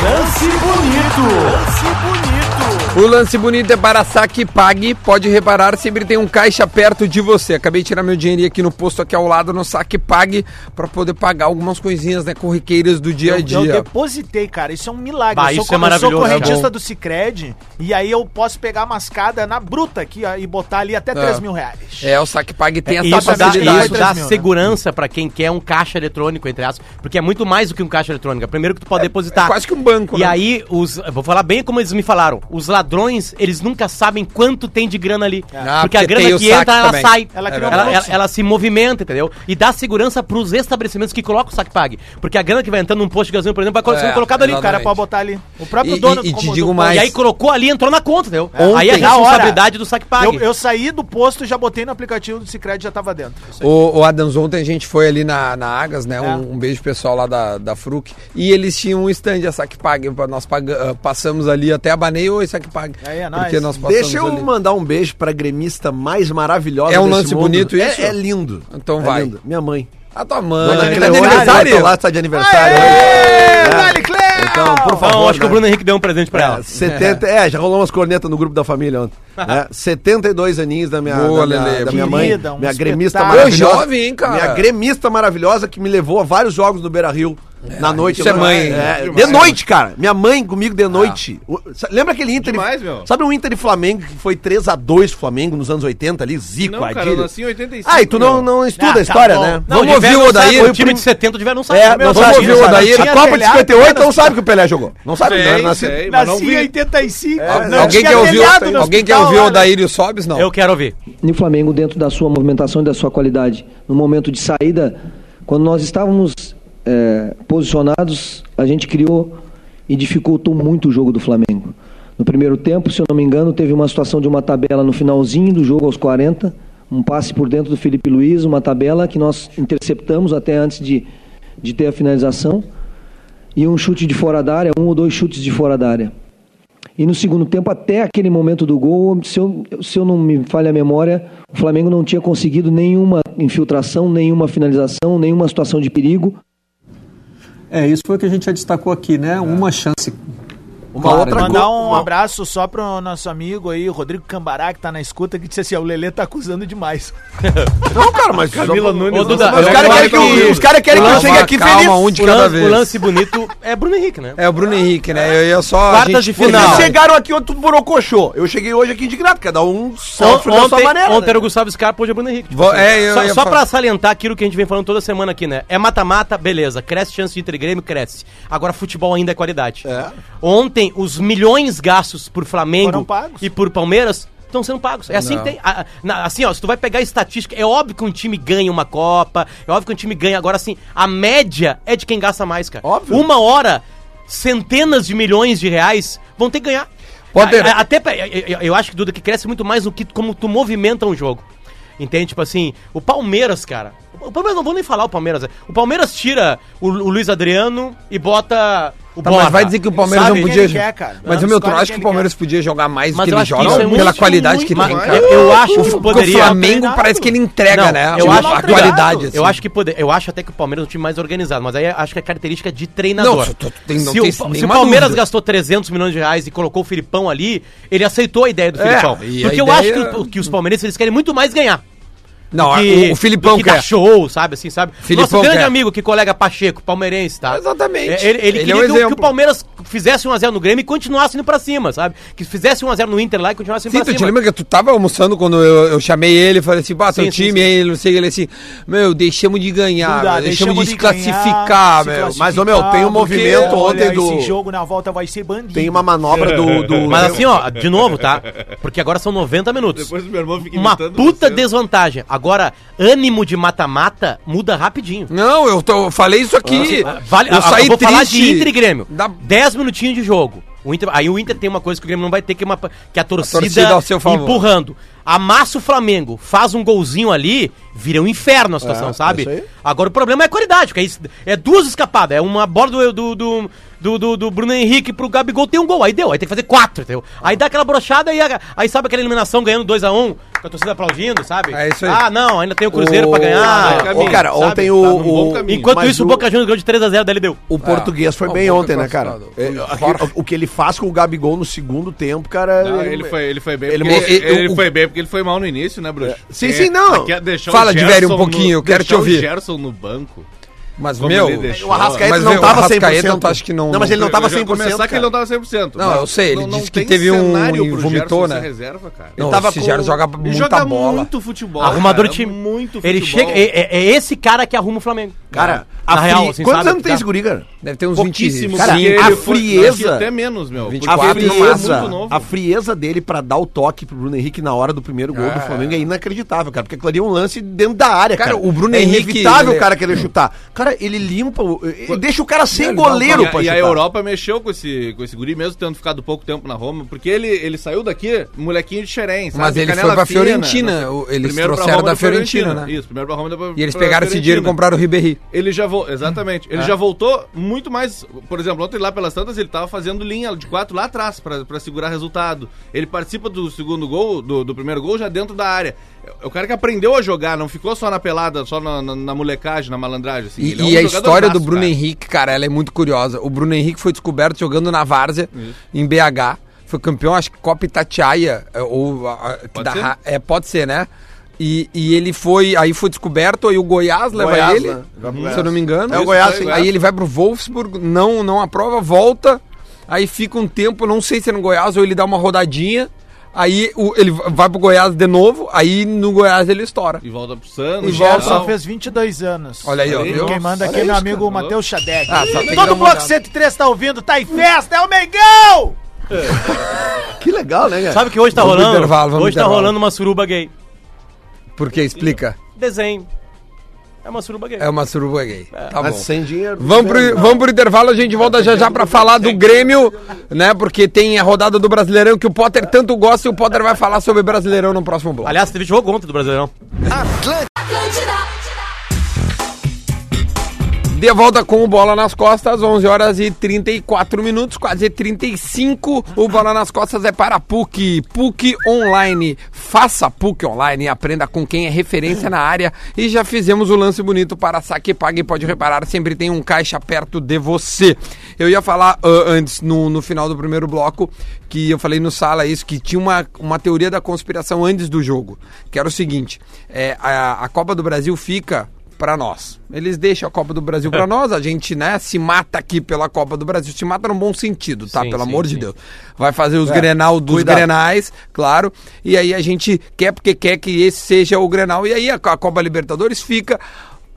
Lance bonito! Lance bonito! O lance bonito é para saque e pague. Pode reparar, sempre tem um caixa perto de você. Acabei de tirar meu dinheirinho aqui no posto aqui ao lado, no saque e pague, para poder pagar algumas coisinhas, né, corriqueiras do dia a Eu, eu dia. depositei, cara. Isso é um milagre. Bah, isso eu sou, é co- eu sou maravilhoso, correntista é bom. do Cicred e aí eu posso pegar a mascada na bruta aqui ó, e botar ali até 3 mil reais. É, o saque e pague tem essa E isso dá, facilidade. isso dá 3 mil, né? segurança pra quem quer um caixa eletrônico, entre aspas, porque é muito mais do que um caixa eletrônico. É Primeiro que tu pode depositar. quase que um banco, E né? aí, os, eu vou falar bem como eles me falaram. Os ladrões, eles nunca sabem quanto tem de grana ali. Ah, porque a porque grana tem o que entra, saque ela também. sai. Ela Ela, cria um ela- fluxo. ela se movimenta, entendeu? E dá segurança pros estabelecimentos que colocam o saque pague. Porque a grana que vai entrando num posto de gasolina, por exemplo, vai sendo É, colocada ali. O cara exatamente. pode botar ali. O próprio E- dono e- e do te com- digo do- mais. E aí colocou ali, entrou na conta, entendeu? Aí é a Ontem. responsabilidade do saque pague. Eu, eu saí do posto, já botei no aplicativo do Cicred já tava dentro. O, o Adams, ontem a gente foi ali na, na Agas, né? É. Um, um beijo pro pessoal lá da, da Fruc. E eles tinham um stand a Saque-Pague. pra- Nós paga- ah, passamos ali até abanei ou Saque-Pague. Aí é Porque nóis. nós passamos Deixa eu ali. mandar um beijo pra gremista mais maravilhosa É um desse lance bonito É- isso? É, lindo. Então é vai. Minha mãe. é A tua mãe. Dona tá de Cleone, aniversário? ela tá lá, tá de aniversário. Aê, hoje. Dali Cleo! Então, por favor. Então, acho que o né? Bruno Henrique deu um presente pra Ah. ela. É, 70, é, já rolou umas cornetas no grupo da família ontem. né? 72 aninhos da minha, Boa, da minha, Lelê, da minha mãe. querida, um minha gremista é espetáculo. maravilhosa. Ô, jovem, hein, cara? Minha gremista maravilhosa que me levou a vários jogos do Beira Rio. na noite. isso é mãe, né? É, demais. de noite, cara. Minha mãe comigo de noite. O- sa- Lembra aquele Inter? e- Ah. Demais, meu. Sabe um Inter e Flamengo que foi 3x2 Flamengo nos anos 80 ali? Zico, Não, cara, Adílio. eu nasci em 85. Ah, e tu não, meu. não estuda tá a história, bom. né? Não, Vamos tiver ouvir não o sabe, Odair, O time de 70 tiver não sabe. É, meu, não vamos sabe, ouvir não o sabe. Odair. A Copa de telhado, 58 não sabe que o Pelé jogou. Não sabe, Sei, não, não nasci- sei, mas não Nasci vi. em 85. não É. Alguém tinha quer ouvir, telhado no alguém quer hospital ouvir lá, o né? Odair e o Sobs? Não. Eu quero ouvir. E o Flamengo, dentro da sua movimentação e da sua qualidade, no momento de saída, quando nós estávamos eh, posicionados, a gente criou e dificultou muito o jogo do Flamengo. No primeiro tempo, se eu não me engano, teve uma situação de uma tabela no finalzinho do jogo, aos 40, um passe por dentro do Felipe Luiz, uma tabela que nós interceptamos até antes de, de ter a finalização, e um chute de fora da área, um ou dois chutes de fora da área. E no segundo tempo, até aquele momento do gol, se eu, se eu não me falha a memória, o Flamengo não tinha conseguido nenhuma infiltração, nenhuma finalização, nenhuma situação de perigo. É, isso foi o que a gente já destacou aqui, né? Uma chance. Uma Claro, outra Mandar go- um uma- abraço só pro nosso amigo aí, Rodrigo Cambará, que tá na escuta, que disse assim: ó, o Lelê tá acusando demais. Não, cara, mas Camila Nunes. Ô, Duda, não sabe- Os eu caras acho querem que, eu- os caras querem que eu Calma, chegue aqui calma, feliz. um de o cada lance, vez. o lance bonito é Bruno Henrique, né? É o Bruno Henrique, né? Eu ia só. a Quartas gente de por final. nada. Eles chegaram aqui ontem tudo borocochô. Eu cheguei hoje aqui indignado, cada um sofre On- da sua ontem, maneira. ontem né? era o Gustavo Scarpa, hoje é o Bruno Henrique. Vo- é, eu só ia só falar. pra salientar aquilo que a gente vem falando toda semana aqui, né? É mata-mata, beleza. Cresce chance de Inter e Grêmio, cresce. Agora futebol ainda é qualidade. Ontem, os milhões gastos por Foram Flamengo pagos. e por Palmeiras estão sendo pagos. É assim que tem. a- a- na- Assim, ó, se tu vai pegar estatística, é óbvio que um time ganha uma Copa, é óbvio que um time ganha. Agora, assim, a média é de quem gasta mais, cara. Um Óbvio. Uma hora, centenas de milhões de reais vão ter que ganhar. Potter. A- a- até pra- eu- eu, eu acho que Duda que cresce muito mais no que como tu movimenta um jogo. Entende? Tipo assim, o Palmeiras, cara. O Palmeiras não vou nem falar o Palmeiras. é. O Palmeiras tira o, o Luiz Adriano e bota o Tá, Borja. mas vai dizer que o Palmeiras Sabe? não quem podia. ele jogar. quer, cara. Mas Não, o meu, tu escolhe não acha quem que o ele Palmeiras podia jogar mais do Mas que eu ele acho que joga isso é pela muito, qualidade que muito tem, mais. cara? Eu, eu acho que Porque o poderia. Flamengo parece que ele entrega, Não, né? eu Tipo, acho a que- qualidade. Eu assim. acho que poder, eu acho até que o Palmeiras é um time mais organizado, mas aí acho que é característica de Não, treinador. tu- tu tem- não tem se, o, Pa- se o nenhuma Palmeiras dúvida. gastou 300 milhões de reais e colocou o Filipão ali, ele aceitou a ideia do É, Filipão. e a Porque eu ideia- acho que, o- que os palmeirenses eles querem muito mais ganhar. Não, que- o, o Filipão do que dar tá quer. show, sabe assim, sabe? Filipão Nosso grande quer. amigo, que colega Pacheco, palmeirense, tá? Exatamente. É, Ele, ele Ele é queria um que o- que, o exemplo. Palmeiras fizesse 1x0 no Grêmio e continuasse indo pra cima, sabe? Que fizesse 1x0 no Inter lá e continuasse indo Sim, pra tu cima. te lembra que tu tava almoçando quando eu, eu chamei ele, falei assim, pá, seu Sim, sim, time, sim. aí, ele não sei, ele assim, meu, deixamos de ganhar, Duda, meu, deixamos, de, ganhar, classificar, se meu. classificar, Mas, ô, meu, tem um porque, movimento olha, ontem do- Esse jogo na volta vai ser bandido. Tem uma manobra do. do Mas assim, ó, de novo, tá? Porque agora são 90 minutos. Depois o meu irmão fica Uma imitando puta você. desvantagem. Agora, ânimo de mata-mata muda rapidinho. Não, eu, tô- eu falei isso Ah, aqui. Vale, eu eu saí vou falar triste. de Inter e Grêmio. Da- 10 minutinhos de jogo. O Inter, aí o Inter tem uma coisa que o Grêmio não vai ter, que, é uma, que a torcida, torcida ao seu favor. empurrando. Amassa o Flamengo, faz um golzinho ali, vira um inferno a é situação, sabe? Agora o problema é a qualidade, porque aí é duas escapadas. É uma bola do, do, do, do, do, do Bruno Henrique pro Gabigol, tem um gol. Aí deu, aí tem que fazer quatro, entendeu? Aí dá aquela brochada e a- aí sabe aquela eliminação ganhando 2x1, com a torcida aplaudindo, sabe? É isso aí. Ah, não, ainda tem o Cruzeiro O- pra ganhar. Ah, Sabe? ô, cara, ontem o- Tá num bom o- caminho. Enquanto mas isso, o um. Ah. o- Boca Juniors ganhou de 3x0 da LDU. O português foi Ah, bem o ontem, né, Boca cara? foi É, claro. aquele- o que ele faz com o Gabigol no segundo tempo, cara. Não, ele, foi, ele foi bem. Ele porque mostrou- ele, ele o- É. foi bem porque ele foi mal no início, né, Bruxo? sim, sim, não. Fala, Diverio, um pouquinho, eu quero te ouvir. O Gerson no banco. Mas, Como meu. ele deixou. O Arrascaeta Mas, não meu, o tava Arrascaeta 100%. eu acho que não- Não, mas ele não Eu- tava eu já ia 100%. Começar que cara. ele não tava 100%. Não, eu sei, ele disse que teve um- cenário um- pro vomitou, Gerson né? ser reserva, cara. Não, tava o Cisero com- joga Ele muita joga bola. muito futebol. Arrumador cara, de time. Muito futebol. Ele chega, é, é- é esse cara que arruma o Flamengo. Cara, Na a fri... real, assim, quantos sabe? anos tem Tá. esse guri, cara? Deve ter uns 25. pouquíssimo. Cara, porque a ele foi- frieza- acho que até menos, meu. porque 24 A ele é muito frieza, novo. a frieza dele pra dar o toque pro Bruno Henrique na hora do primeiro gol do Flamengo é inacreditável, cara, porque aquilo ali é um lance dentro da área, cara. Cara, o Bruno é Henrique, inevitável ele- o cara querer chutar. Cara, ele limpa, o- ele deixa o cara sem Ele dá um goleiro E a- pra e, a chutar. Europa mexeu com esse, com esse guri, mesmo tendo ficado pouco tempo na Roma, porque ele, ele saiu daqui, molequinho de Xerém, sabe? Mas ele Canela foi pra fina, Fiorentina, não sei. o- eles Primeiro pra trouxeram Roma, da depois pra Fiorentina, né? Isso, primeiro pra Roma, depois E eles pra pegaram esse dinheiro e Fiorentina. compraram É. o Ribéry. Ele já voltou, exatamente. Ele já voltou muito mais. Por exemplo, ontem lá pelas tantas ele tava fazendo linha de quatro lá atrás pra pra segurar resultado. Ele participa do segundo gol, do, do primeiro gol já dentro da área. É o cara que aprendeu a jogar, não ficou só na pelada, só na, na- na molecagem, na malandragem. assim. E, Ele é um e a jogadoraço, história do Bruno cara. Henrique, cara, ela é muito curiosa. O Bruno Henrique foi descoberto jogando na Várzea, em BH. Foi campeão, acho que Copa Itatiaia. é, Ou, a- a- que Pode dá ser? ra- é, pode ser, né? E, e ele foi, aí foi descoberto, aí o Goiás leva Goiás, ele, né? Vai pro se eu Goiás. não me engano. É o Goiás, sim. Aí ele vai pro Wolfsburg, não, não aprova, volta, aí fica um tempo, não sei se é no Goiás ou ele dá uma rodadinha, aí o- ele vai pro Goiás de novo, aí no Goiás ele estoura. E volta pro Santos. O e Gerson tal. só fez 22 anos. um Olha aí, ó, viu? Quem manda aqui é meu amigo Matheus Xadec. Ah, só tem que dar uma Todo bloco olhada. 103 tá ouvindo, tá em festa, é o Mengão! Que legal, né, cara? Sabe que hoje tá Vamos pro rolando? intervalo, vamos pro hoje tá intervalo. rolando uma suruba gay. Por quê? Explica. Desenho. É uma suruba gay. É uma suruba gay. Tá Mas bom. sem dinheiro. Vamos pro, dinheiro, vamos pro intervalo, a gente volta já já pra falar do Grêmio, né? Porque tem a rodada do Brasileirão que o Potter tanto gosta e o Potter vai falar sobre Brasileirão no próximo bloco. Aliás, teve jogo ontem do Brasileirão. De volta com o Bola nas Costas, 11 horas e 34 minutos, quase 35. O Bola nas Costas é para a PUC. PUC Online. Faça PUC Online e aprenda com quem é referência na área. E já fizemos o lance bonito para saque pague. Pode reparar, sempre tem um caixa perto de você. Eu ia falar ah, antes, no, no final do primeiro bloco, que eu falei no Sala isso, que tinha uma, uma teoria da conspiração antes do jogo. Que era o seguinte, é, a, a Copa do Brasil fica pra nós. Eles deixam a Copa do Brasil pra nós, a gente, né, se mata aqui pela Copa do Brasil, se mata num bom sentido, tá? Sim, Pelo sim, amor de sim. É, Deus. Vai fazer os Grenal dos cuidado. Grenais, claro. E aí a gente quer porque quer que esse seja o Grenal e aí a, a Copa Libertadores fica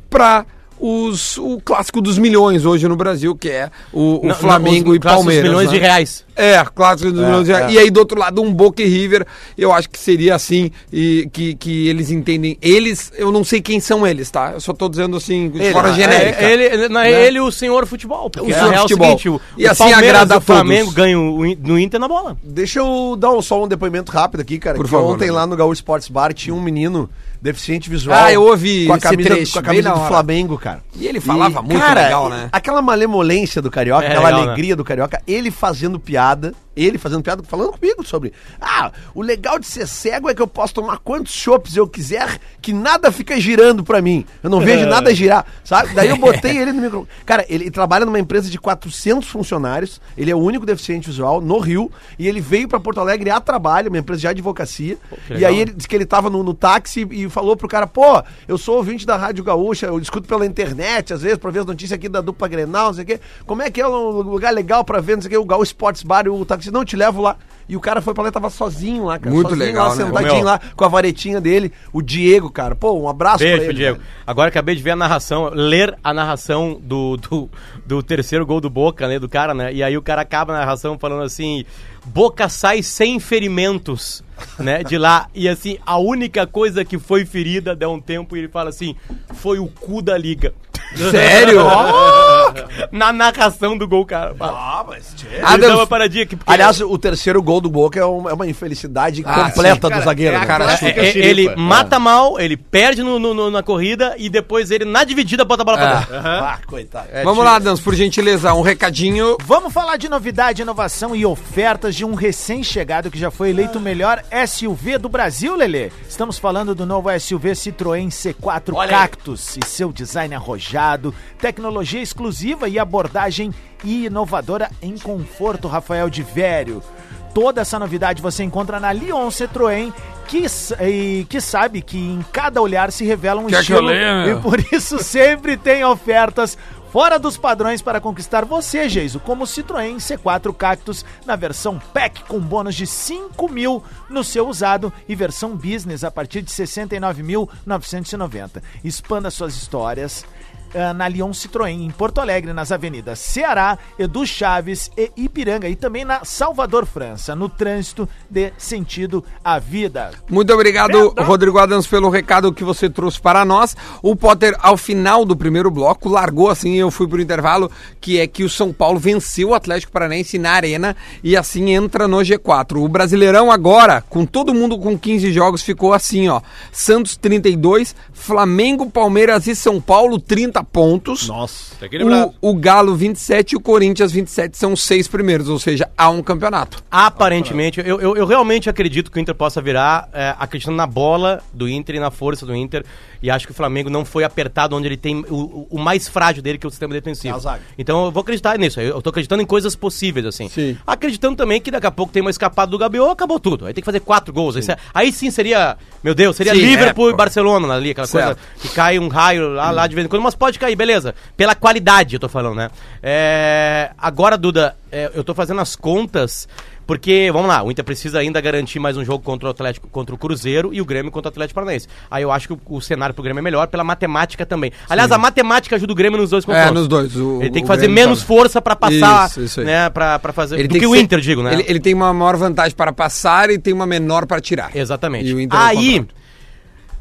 pra os, o clássico dos milhões hoje no Brasil, que é o, o Não, não, Flamengo os- e os clássicos Palmeiras. milhões né? de reais. É, clássico dos milhões de reais. é. E aí, do outro lado, um Boca e River, eu acho que seria assim, e que, que eles entendem. Eles, eu não sei quem são eles, tá? Eu só tô dizendo assim, de forma genérica. Né? É, ele, não, é ele e o senhor futebol. Porque O na senhor real é futebol. o E e assim assim agrada agrada a o Flamengo todos. ganha o in- no Inter na bola. Deixa eu dar um- só um depoimento rápido aqui, cara. Por que favor, ontem Leandro. lá no Gaúcho Sports Bar tinha um menino deficiente visual. Ah, eu ouvi com a esse camisa, trecho, com a bem camisa na do hora. Flamengo, cara. E ele falava muito legal, né? Aquela malemolência do carioca, É, aquela legal, né? alegria do carioca, ele fazendo piada, ele fazendo piada, falando comigo sobre. Ah, o legal de ser cego é que eu posso tomar quantos chopps eu quiser, que nada fica girando pra mim. Eu não vejo nada girar, sabe? Daí eu botei ele no micro. Cara, ele trabalha numa empresa de 400 funcionários, ele é o único deficiente visual no Rio, e ele veio pra Porto Alegre a trabalho, uma empresa de advocacia. que e legal. aí ele disse que ele tava no, no táxi e falou pro cara, pô, eu sou ouvinte da Rádio Gaúcha, eu escuto pela internet, às vezes, pra ver as notícias aqui da dupla Grenal, não sei o quê. Como é que é um lugar legal pra ver, não sei o quê, o Gaúcho Sports Bar, e o táxi, não, eu te levo lá. E o cara foi pra lá e tava sozinho lá, cara. Muito sozinho legal, lá, né? sentadinho Ô, meu. lá, com a varetinha dele. O Diego, cara. Pô, um abraço Beijo pro Diego. Diego. Agora acabei de ver a narração, ler a narração do, do, do terceiro gol do Boca, né? Do cara, né? E aí o cara acaba a narração falando assim: Boca sai sem ferimentos, né? De lá. E assim, a única coisa que foi ferida, dá um tempo, e ele fala assim: foi o cu da liga. Sério? Na narração do gol, cara. Ah, mas tchê. Ah, deu Adams- uma paradinha aqui. porque- é, Aliás, o terceiro gol do Boca é uma, é uma infelicidade Ah, completa sim. do zagueiro. é a né? cara, É, clássica é, xeripa. ele Ah. mata mal, ele perde no- no- no- na corrida e depois ele, na dividida, bota a bola pra É. dentro. Ah, coitado. É, Vamos tira- lá, Dans, por gentileza, um recadinho. Vamos falar de novidade, inovação e ofertas de um recém-chegado que já foi eleito o melhor SUV do Brasil, Lelê. Estamos falando do novo SUV Citroën C4 Cactus e seu design arrojado, tecnologia exclusiva e abordagem inovadora em conforto, Rafael de Vério. Toda essa novidade você encontra na Lyon Citroën, que, s- e que sabe que em cada olhar se revela um Quer que eu estilo leia, e meu? por isso sempre tem ofertas fora dos padrões para conquistar você, Geiso, como o Citroën C4 Cactus na versão PEC com bônus de 5 mil no seu usado e versão Business a partir de 69.990. Expanda suas histórias ah, na Lyon Citroën, em Porto Alegre, nas avenidas Ceará, Edu Chaves e Ipiranga, e também na Salvador, França, no trânsito de sentido à vida. Muito obrigado, Rodrigo Adams, pelo recado que você trouxe para nós. O Potter, ao final do primeiro bloco, largou assim, eu fui pro intervalo, que é que o São Paulo venceu o Atlético Paranaense na arena e assim entra no G4. O Brasileirão agora, com todo mundo com 15 jogos, ficou assim, ó. Santos 32, Flamengo, Palmeiras e São Paulo 30 pontos. Nossa. Tá equilibrado. O, o Galo 27 e o Corinthians 27 são os seis primeiros, ou seja, há um campeonato. Aparentemente, eu, eu, eu realmente acredito que o Inter possa virar, é, acreditando na bola do Inter e na força do Inter. E acho que o Flamengo não foi apertado onde ele tem o- o, o mais frágil dele, que é o sistema defensivo. a zaga. Então eu vou acreditar nisso. Eu eu tô acreditando em coisas possíveis, assim. Sim. Acreditando também que daqui a pouco tem uma escapada do Gabriel, acabou tudo. Aí tem que fazer quatro gols. Aí, se- aí sim seria, meu Deus, seria Sim, Liverpool é, e Barcelona ali, aquela Certo. coisa que cai um raio lá, lá de vez em quando, mas pode cair, beleza. Pela qualidade, eu tô falando, né? É, agora, Duda, é, eu tô fazendo as contas, porque, vamos lá, o Inter precisa ainda garantir mais um jogo contra o Atlético, contra o Cruzeiro e o Grêmio contra o Atlético Paranaense. Aí eu acho que o, o cenário pro Grêmio é melhor, pela matemática também. Aliás, a matemática ajuda o Grêmio nos dois confrontos. É, nos dois, o- Ele tem que o fazer Grêmio menos tá- força pra passar, Isso, isso aí. né, pra, pra fazer... do tem que, o ser- Inter, digo, né? Ele, ele tem uma maior vantagem para passar e tem uma menor para tirar. Exatamente. E o Inter é o Aí, contrário.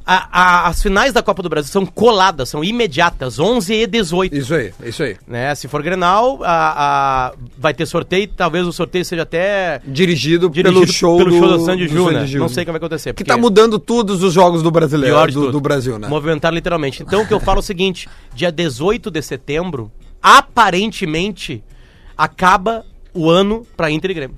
a- a- as finais da Copa do Brasil são coladas, são imediatas, 11 e 18. Isso aí, isso aí. Né? Se for Grenal, a- a- vai ter sorteio, talvez o sorteio seja até Dirigido, dirigido pelo show pelo do, show da Sandy do Ju, né? Sandy Ju. Não sei o que vai acontecer. Que porque- tá mudando todos os jogos do brasileiro, Pior de do, tudo. do Brasil, né? Movimentar literalmente. Então o que eu falo é o seguinte: dia 18 de setembro, aparentemente, acaba o ano pra Inter e Grêmio.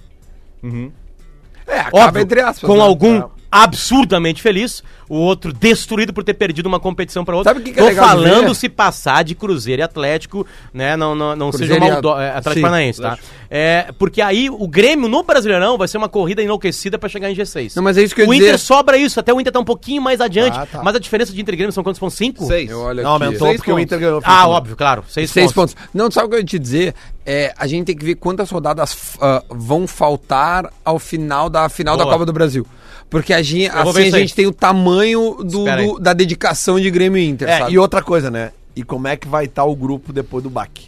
É, acaba Óbvio, entre aspas. com né? algum absurdamente feliz, o outro destruído por ter perdido uma competição para outra. Sabe o que que é Tô legal de falando ver? se passar de Cruzeiro e Atlético, né? Não, não, não seja Cruzeiro e maldo... At- é, sim, Atlético Paranaense, tá? É, porque aí o Grêmio no Brasileirão vai ser uma corrida enlouquecida para chegar em G6. Não, mas é isso que eu o ia Inter dizer. sobra isso, até o Inter tá um pouquinho mais adiante. Ah, tá. Mas a diferença de Inter e Grêmio são quantos pontos? Cinco? Seis. Eu olho Não, aqui. aumentou Seis porque o pontos. Inter ganhou. Ah, óbvio, claro. Seis, Seis pontos. pontos. Não, sabe o que eu ia te dizer? É, a gente tem que ver quantas rodadas f- ah, vão faltar ao final da final da Boa. Copa do Brasil. Porque a gente, vou ver assim isso a aí. gente tem o tamanho do, Espera aí. do- da dedicação de Grêmio e Inter, É, sabe? e outra coisa, né? E como é que vai estar o grupo depois do baque?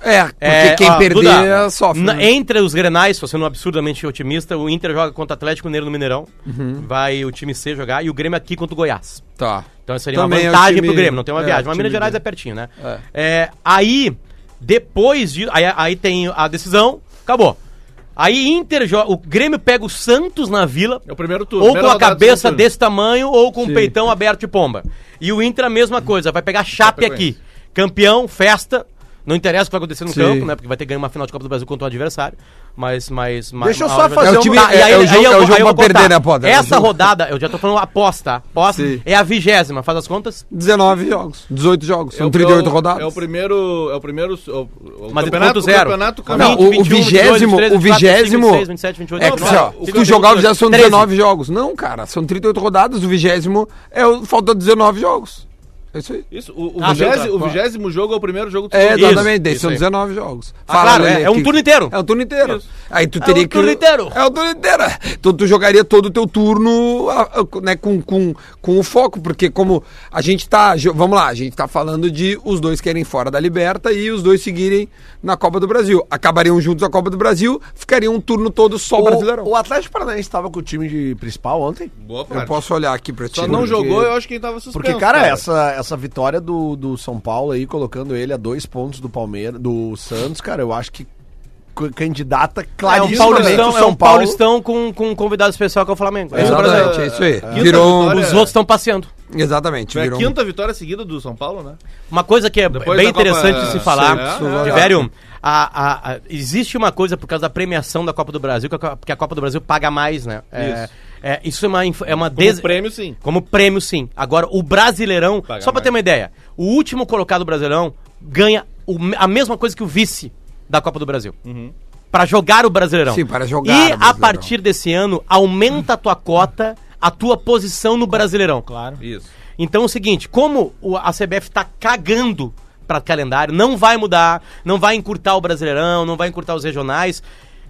É, porque É, quem ó, perder Duda, sofre. na- né? Entre os grenais, se você não é absurdamente otimista, o Inter joga contra o Atlético Mineiro no Mineirão. Uhum. Vai o time C jogar e o Grêmio aqui contra o Goiás. Tá. Então seria Também é uma o vantagem time- pro Grêmio, não tem uma é, viagem. Mas time Minas Gerais dele. é pertinho, né? É, aí, depois de. Aí, aí tem a decisão, acabou. Aí Inter jo- o Grêmio pega o Santos na vila. É o primeiro turno. Ou com primeira a rodada do cabeça segundo turno. desse tamanho ou com o peitão aberto de pomba. E o Inter a mesma coisa, vai pegar a Chape aqui. Chapecoense. Campeão, festa. Não interessa o que vai acontecer no Sim. campo, né? Porque vai ter ganho uma final de Copa do Brasil contra um adversário. Mas, mas, mas Deixa eu mas- só mas- fazer é o uma- time, Tá, e aí, é o aí jogo- eu, é o aí jogo eu vou pra perder, contar. né, Potter? É o Essa jogo- rodada, eu já tô falando aposta. Aposta Sim. é a vigésima, faz as contas. 19 jogos, 18 jogos, É são o- 38 é o- rodadas. É o primeiro. É o primeiro. O, o Mas é campeonato, ponto zero. Ah, O campeonato Não, campeão. o- um, o vigésimo- o vigésimo- 27, 28, É que, assim, ó, se tu jogar o vigésimo, são 19 jogos. Não, cara, são 38 rodadas, o vigésimo é o, falta 19 jogos. É isso aí. Isso, o, o, Ah, vigésimo, sim, tá. o vigésimo jogo é o primeiro jogo do É, segundo turno. exatamente, daí Isso são aí. 19 jogos. claro, Lelê, é- é um que- turno inteiro. É um turno inteiro. Isso. Aí tu É teria um que. turno inteiro. É um turno inteiro. Então tu jogaria todo o teu turno a- a- né, com, com, com o foco, porque como a gente tá. jo- Vamos lá, a gente tá falando de os dois querem fora da Liberta e os dois seguirem na Copa do Brasil. Acabariam juntos a Copa do Brasil, ficaria um turno todo só o Brasileirão. O, Atlético Paranaense estava com o time de principal ontem. Boa parte. Eu posso olhar aqui pra ti. Só não porque- jogou, eu acho que ele tava suspenso. é Porque, cara, essa, essa vitória do, do São Paulo aí, colocando ele a dois pontos do Palmeiras, do Santos, cara, eu acho que c- candidata É um claríssima paulistão, é um paulistão com, com um convidado especial que é o Flamengo. É isso, Brasil. Exatamente, é isso aí. Quinta Virou. vitória. Os outros estão passeando. Exatamente, Foi a virou. um- quinta vitória seguida do São Paulo, né? Uma coisa que é Depois bem da Copa- interessante de se falar, Sim, é, é. Tiverio, a- a- a- existe uma coisa por causa da premiação da Copa do Brasil, que a, Co- que a Copa do Brasil paga mais, né? É, Isso. é, isso é uma, inf- é uma Como des- prêmio, sim. Como prêmio, sim. Agora, o Brasileirão, Paga só pra mais. ter uma ideia, o último colocado do Brasileirão ganha o me- a mesma coisa que o vice da Copa do Brasil. Uhum. Pra jogar o Brasileirão. Sim, para jogar o E a Brasileirão. partir desse ano, aumenta a tua cota, a tua posição no Brasileirão. Claro. Isso. Então é o seguinte, como o- a CBF tá cagando pra calendário, não vai mudar, não vai encurtar o Brasileirão, não vai encurtar os regionais.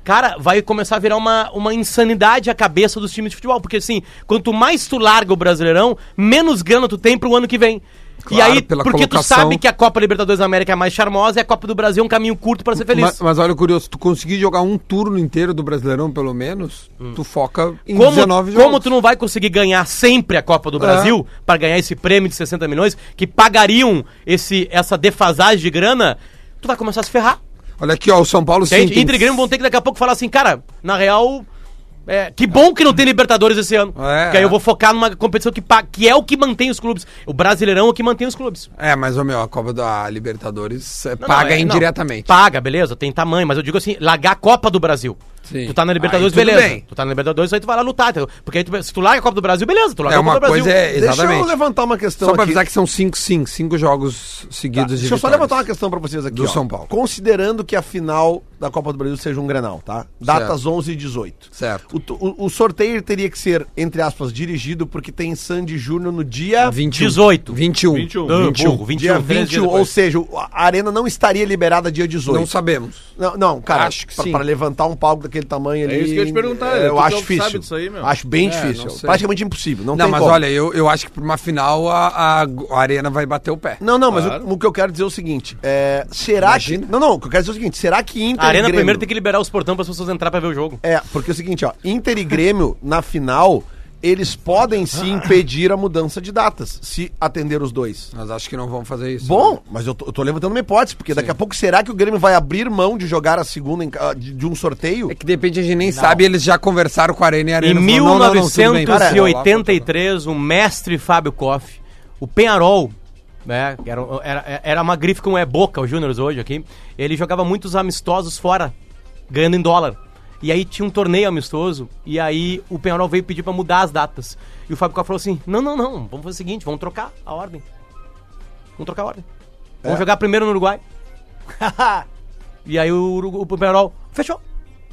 Cara, vai começar a virar uma, uma insanidade a cabeça dos times de futebol, porque assim, quanto mais tu larga o Brasileirão, menos grana tu tem pro ano que vem. e Claro, aí, pela porque colocação. tu sabe que a Copa Libertadores da América é mais charmosa e a Copa do Brasil é um caminho curto pra ser feliz. Mas, mas olha, curioso, tu conseguir jogar um turno inteiro do Brasileirão, pelo menos, tu foca em Hum. Como, 19 jogos. É. como tu não vai conseguir ganhar sempre a Copa do Brasil pra ganhar esse prêmio de 60 milhões que pagariam esse, essa defasagem de grana, tu vai começar a se ferrar. Olha aqui, ó, o São Paulo Entende? tem- Inter e Grêmio vão ter que daqui a pouco falar assim, cara, na real, é, que bom que não tem Libertadores esse ano. É. Porque aí eu vou focar numa competição que, pa- que é o que mantém os clubes. O Brasileirão é o que mantém os clubes. É, mas, ô, meu, a Copa da Libertadores é, Não, paga não, é, não. indiretamente. Paga, beleza, tem tamanho, mas eu digo assim, largar a Copa do Brasil. Sim. Tu tá na Libertadores, Aí tudo beleza. bem. Tu tá na Libertadores, aí tu vai lá lutar, entendeu? Porque aí tu, se tu larga a Copa do Brasil, beleza, tu larga É a Copa uma do Brasil. coisa, é, Deixa eu exatamente. levantar uma questão Só pra aqui. avisar que são cinco, sim, cinco jogos Tá, seguidos de Deixa eu só vitórias. levantar uma questão pra vocês aqui. Do ó. São Paulo. Considerando que a final da Copa do Brasil seja um Grenal, tá? Datas 11 e 18. Certo. O, tu- o- o sorteio ele teria que ser, entre aspas, dirigido, porque tem Sandy Júnior no dia 21. 18. 21. 21. Ah, 21. burro, 21, Dia três 20, dias ou depois. seja, o- a arena não estaria liberada dia 18. Não sabemos. Não, não, cara, Acho que pra, sim. pra levantar um palco daquele tamanho ali. isso que eu ia te perguntar, é, tu Eu acho que é o que sabe difícil. disso aí, meu. Acho bem É, não difícil. sei. Praticamente impossível. Não, Não, tem mas como. olha, eu, eu acho que pra uma final a, a, a Arena vai bater o pé. Não, não, mas Claro. o, o que eu quero dizer é o seguinte: é, será que. Não, não, o que eu quero dizer é o seguinte: será que Inter. A e Arena Grêmio- primeiro tem que liberar os portões para as pessoas entrar para ver o jogo. É, porque é o seguinte, ó, Inter e Grêmio, na final, eles podem se impedir a mudança de datas, se atender os dois. Mas acho que não vão fazer isso. Bom, mas eu tô, eu tô levantando uma hipótese, porque daqui a pouco será que o Grêmio vai abrir mão de jogar a segunda em ca- de, de um sorteio? É que de repente a gente nem sabe, eles já conversaram com a Arena e a Em Arena falou, não, não, não, tudo bem, cara. 1983, o mestre Fábio Koff, o Penharol, né, que era, era, era uma grife como é Boca, os Júniors hoje aqui, ele jogava muitos amistosos fora, ganhando em dólar. E aí tinha um torneio amistoso, e aí o Penharol veio pedir pra mudar as datas. E o Fábio Koff falou assim, não, não, não, vamos fazer o seguinte, vamos trocar a ordem. Vamos trocar a ordem. É. Vamos jogar primeiro no Uruguai. e aí o, Urugu- o Penharol, fechou.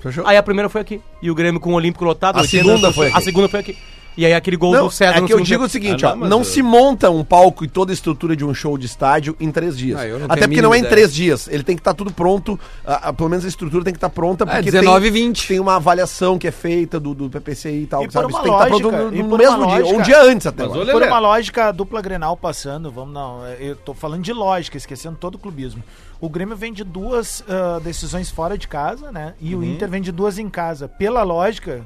Fechou? Aí a primeira foi aqui. E o Grêmio com o Olímpico lotado. A 80, segunda foi aqui. A segunda foi aqui. E aí aquele gol Não, do César é no que eu segundo digo o tempo. seguinte, Ah, ó, não, mas não eu- se monta um palco e toda a estrutura de um show de estádio em três dias. Ah, eu não tenho Até a porque não é em mínima três dias, ele tem que estar tudo pronto, a- a- pelo menos a estrutura tem que estar pronta, É, porque 19 e tem, 20. tem uma avaliação que é feita do, do PPCI e tal, E por sabe? uma Isso tem que estar pronto lógica, no, e no por mesmo uma dia, ou um lógica. dia antes até. Mas eu acho. olha, Por Lelé. uma lógica dupla Grenal passando, vamos não, eu tô falando de lógica, esquecendo todo o clubismo. O Grêmio vem de duas ah, decisões fora de casa, né? E o Inter vem de duas em casa. Pela lógica,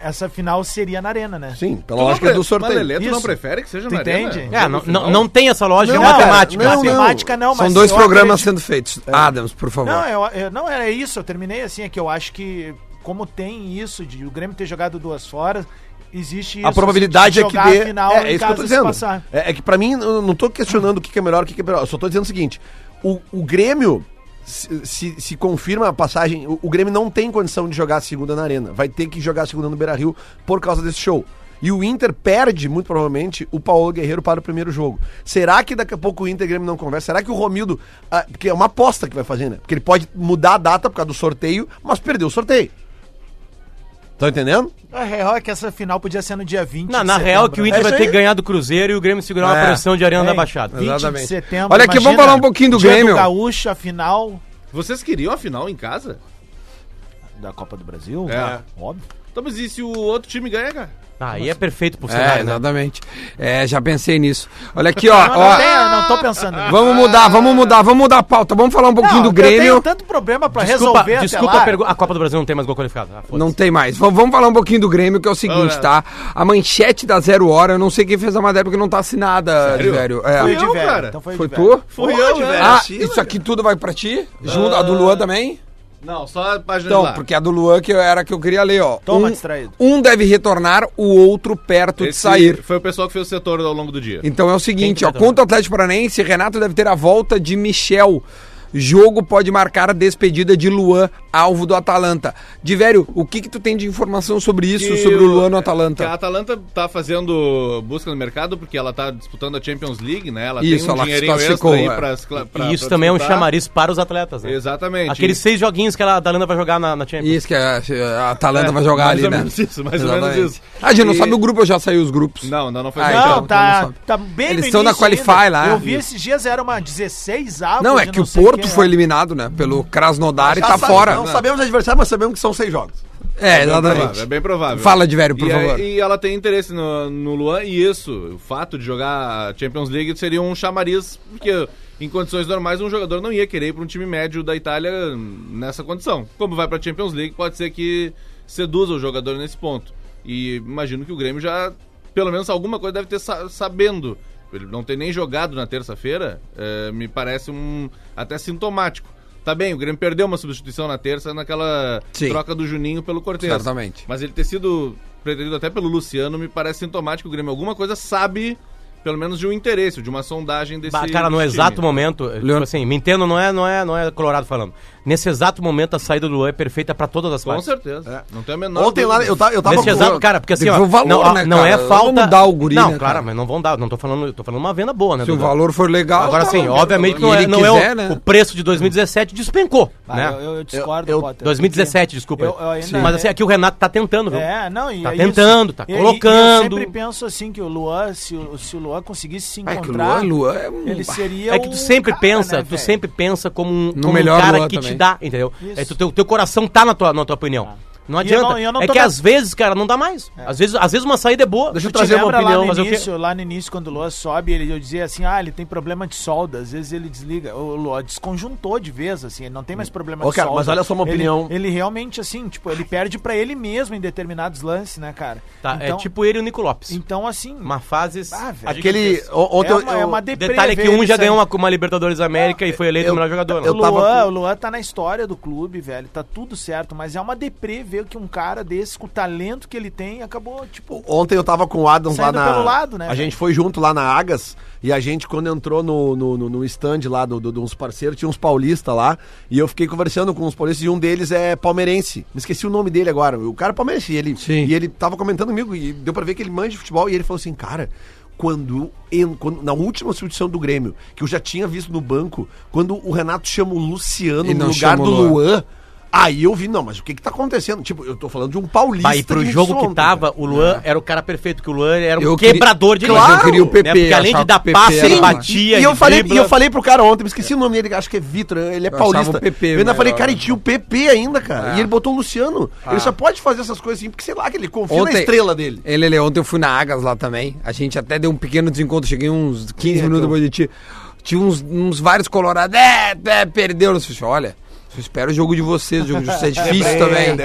essa final seria na arena, né? Sim, pela Tu não lógica pre- do sorteio. Mas, Lelê, tu não Isso. prefere que seja né? Tu na Arena? entende? É, não, não, não tem essa lógica é Não, matemática. cara, não, assim. Matemática não, São mas dois eu programas sendo acredito- feitos. Adams, por favor. Não, eu, eu- não era isso, eu terminei assim, é que eu acho que como tem isso de o Grêmio ter jogado duas fora, existe isso. a probabilidade é assim, que de jogar dê. a final é, é em isso que eu tô casa e se dizendo. passar. É, é que pra mim, eu não tô questionando o que que é melhor, o que que é melhor. Eu só tô dizendo o seguinte: o, o Grêmio. Se, se- se confirma a passagem, o, o Grêmio não tem condição de jogar a segunda na Arena. Vai ter que jogar a segunda no Beira Rio por causa desse show. E o Inter perde, muito provavelmente, o Paulo Guerreiro para o primeiro jogo. Será que daqui a pouco o Inter e o Grêmio não conversa? Será que o Romildo. ah, porque é uma aposta que vai fazer, né? Porque ele pode mudar a data por causa do sorteio, mas perdeu o sorteio. Estão entendendo? A real é que essa final podia ser no dia 20. Na, de na real, setembro, que o né? Inter É vai isso ter aí. ganhado o Cruzeiro e o Grêmio segurar uma É. pressão de Arena Hein? da Baixada. 20 Exatamente. de setembro. Olha aqui, vamos imagina, falar um pouquinho do dia Grêmio. Gaúcho, a final Vocês queriam a final em casa? da Copa do Brasil. É. Óbvio. Então, mas e se o outro time ganha, cara? Ah, aí é perfeito pro É, cenário, né? exatamente. É, já pensei nisso. Olha aqui, ó. Não, ó não, tem, não tô pensando. nisso. Vamos mudar, vamos mudar, vamos mudar a pauta. Vamos falar um pouquinho Não, do Eu tenho Grêmio. tanto problema pra Desculpa, resolver desculpa até lá. a pergunta. A Copa do Brasil não tem mais gol qualificado. Ah, foda-se. Não tem mais. V- vamos falar um pouquinho do Grêmio, que é o seguinte, Vamos tá? A manchete da Zero Hora, eu não sei quem fez a matéria porque não tá assinada, velho. É. Foi Fui de eu, velho, cara. Então foi, Foi de velho. né? tu? Fui eu, velho. Ah, China, isso aqui tudo vai pra ti? Junto, a do Luan também? Não, só a página de Então, lá. porque a do Luan que eu- era a que eu queria ler, ó. Toma, um, distraído. um deve retornar, o outro perto de Esse sair. Foi o pessoal que fez o setor ao longo do dia. Então é o seguinte, tá ó, contra o Atlético Paranaense, Renato deve ter a volta de Michel. Jogo pode marcar a despedida de Luan, alvo do Atalanta. De velho, o que que tu tem de informação sobre isso, que sobre o Luan no Que a Atalanta? Atalanta tá fazendo busca no mercado porque ela tá disputando a Champions League, né? Ela Isso, tem um ela se dinheirinho classificou, extra aí é. pra, se cla- pra- e isso pra também é um disputar. chamariz para os atletas, né? Exatamente. Aqueles seis joguinhos que ela- a Atalanta vai jogar na, na Champions. Isso que a, a Atalanta É, vai jogar mais ali, ou né? menos isso, mais ou menos isso. Ah, a gente não E- sabe o grupo, eu já saí os grupos. Não, não, não foi Ah, isso. então, Não, então não tá, sabe. tá bem Eles no estão na início ainda. Qualify lá. Eu vi esses dias, era uma 16 avos Não, é de que o sei Porto quem, foi né? eliminado, né? Pelo Krasnodar e Já tá sabe- fora. Não sabemos o adversário, mas sabemos que são seis jogos. É, É exatamente. bem provável. Fala de velho, por e, favor. E ela tem interesse no, no Luan, e isso, o fato de jogar a Champions League seria um chamariz, porque em condições normais um jogador não ia querer ir para um time médio da Itália nessa condição. Como vai para a Champions League, pode ser que seduza o jogador nesse ponto. E imagino que o Grêmio já, pelo menos alguma coisa deve ter sa- sabendo. Ele não ter nem jogado na terça-feira, eh, me parece um até sintomático. Tá bem, o Grêmio perdeu uma substituição na terça naquela Sim. troca do Juninho pelo Cortez. Certamente. Mas ele ter sido preterido até pelo Luciano me parece sintomático. O Grêmio alguma coisa sabe, pelo menos de um interesse, de uma sondagem desse. Bah, cara, no desse time. exato momento, eh, tipo Leon- assim, me entendo, não é, não, é, não é Colorado falando. Nesse exato momento, a saída do Luan é perfeita pra todas as Com partes. certeza. Não tem a menor. Ontem lá, eu tava, eu Tá tava Nesse exato, cara, porque assim, Tem que ó, ver o valor, não, ó, né, não cara? é Não falta... vamos dar o guri, Não, né, claro, cara? mas não vão dar, não tô falando, eu tô falando uma venda boa, né? Se o Duda? valor for legal. Agora tá sim, bom. obviamente que E não é, ele não é quiser, o, né? o preço de 2017 despencou, Ah, né? eu, eu discordo, Eu- eu- Potter. 2017, desculpa. Eu- eu ainda- Sim. Mas assim, aqui o Renato tá tentando, viu? É, não, e Tá é tentando, tá E- e- e colocando. eu sempre penso assim que o Luan, se o, se o Luan conseguisse se É que o Luan, encontrar, Luan é um... ele seria É que o tu sempre cara, pensa, né, tu velho? sempre pensa como um, como um melhor cara Luan que te também. dá, entendeu? Isso. É tu, teu, teu coração tá na tua, na tua opinião. Não E eu adianta. não- eu não é tô que na- às vezes, cara, não dá mais. Às, vezes, às vezes uma saída é boa. Deixa eu Tu te trazer uma lembra opinião, lá mas no, eu que- início, lá no início, quando o Luan sobe, ele, eu dizia assim, ah, ele tem problema de solda, às vezes ele desliga. O Luan desconjuntou de vez, assim, ele não tem mais problema Ô, de cara, solda. mas olha só uma Ele- opinião. Ele, realmente, assim, tipo, ele perde pra ele mesmo em determinados lances, né, cara? Tá, então, é tipo ele e o Nico Lopes. Então, assim, Uma fase. Ah, velho. Aquele. gigantesca. o- Ontem é eu- uma, eu- é uma deprê Detalhe é que ver um ele já sair. ganhou uma, uma Libertadores da América e foi eleito eu- o melhor jogador. né? eu- O Luan, tava com- o Luan tá na história do clube, velho. Tá tudo certo, mas é uma deprê ver que um cara desse, com o talento que ele tem, acabou, tipo. Ontem eu tava com o Adams Saindo lá na. pelo lado, né, a velho? gente foi junto lá na Agas e a gente, quando entrou no, no, no, no stand lá do, do, de uns parceiros, tinha uns paulistas lá e eu fiquei conversando com uns paulistas e um deles é palmeirense. Me esqueci o nome dele agora. O cara é palmeirense. E ele, Sim. e ele tava comentando comigo e deu pra ver que ele manja de futebol e ele falou assim, cara. Quando, en- quando- na última substituição do Grêmio, que eu já tinha visto no banco, quando o Renato chama o Luciano E no não lugar chama do o Luan. Luan, aí eu vi, não, mas o que que tá acontecendo? Tipo, eu tô falando de um paulista. Bah, e pro de jogo ontem, que tava, cara. o Luan era o cara perfeito, que o Luan era um Eu queria- quebrador de Mas eu queria o PP, Claro, né? Porque além achava de dar que o PP passe, era ele um- batia, E ele eu, falei, e dribla. eu falei pro cara ontem, me esqueci o nome dele, acho que é Vitor, ele é Eu paulista. achava o PP eu ainda melhor, falei, cara, e né? tinha o PP ainda, cara. E ele botou o Luciano. Ele só pode fazer essas coisas assim, porque sei lá, que ele confia na estrela dele. Ele, ele, ontem eu fui na Agas lá também. A gente até deu um pequeno desencontro, cheguei uns 15 minutos depois de ti. Tinha uns, uns vários colorados. É, é perdeu. Eu disse, olha, eu espero o jogo de vocês, o jogo de vocês é difícil também.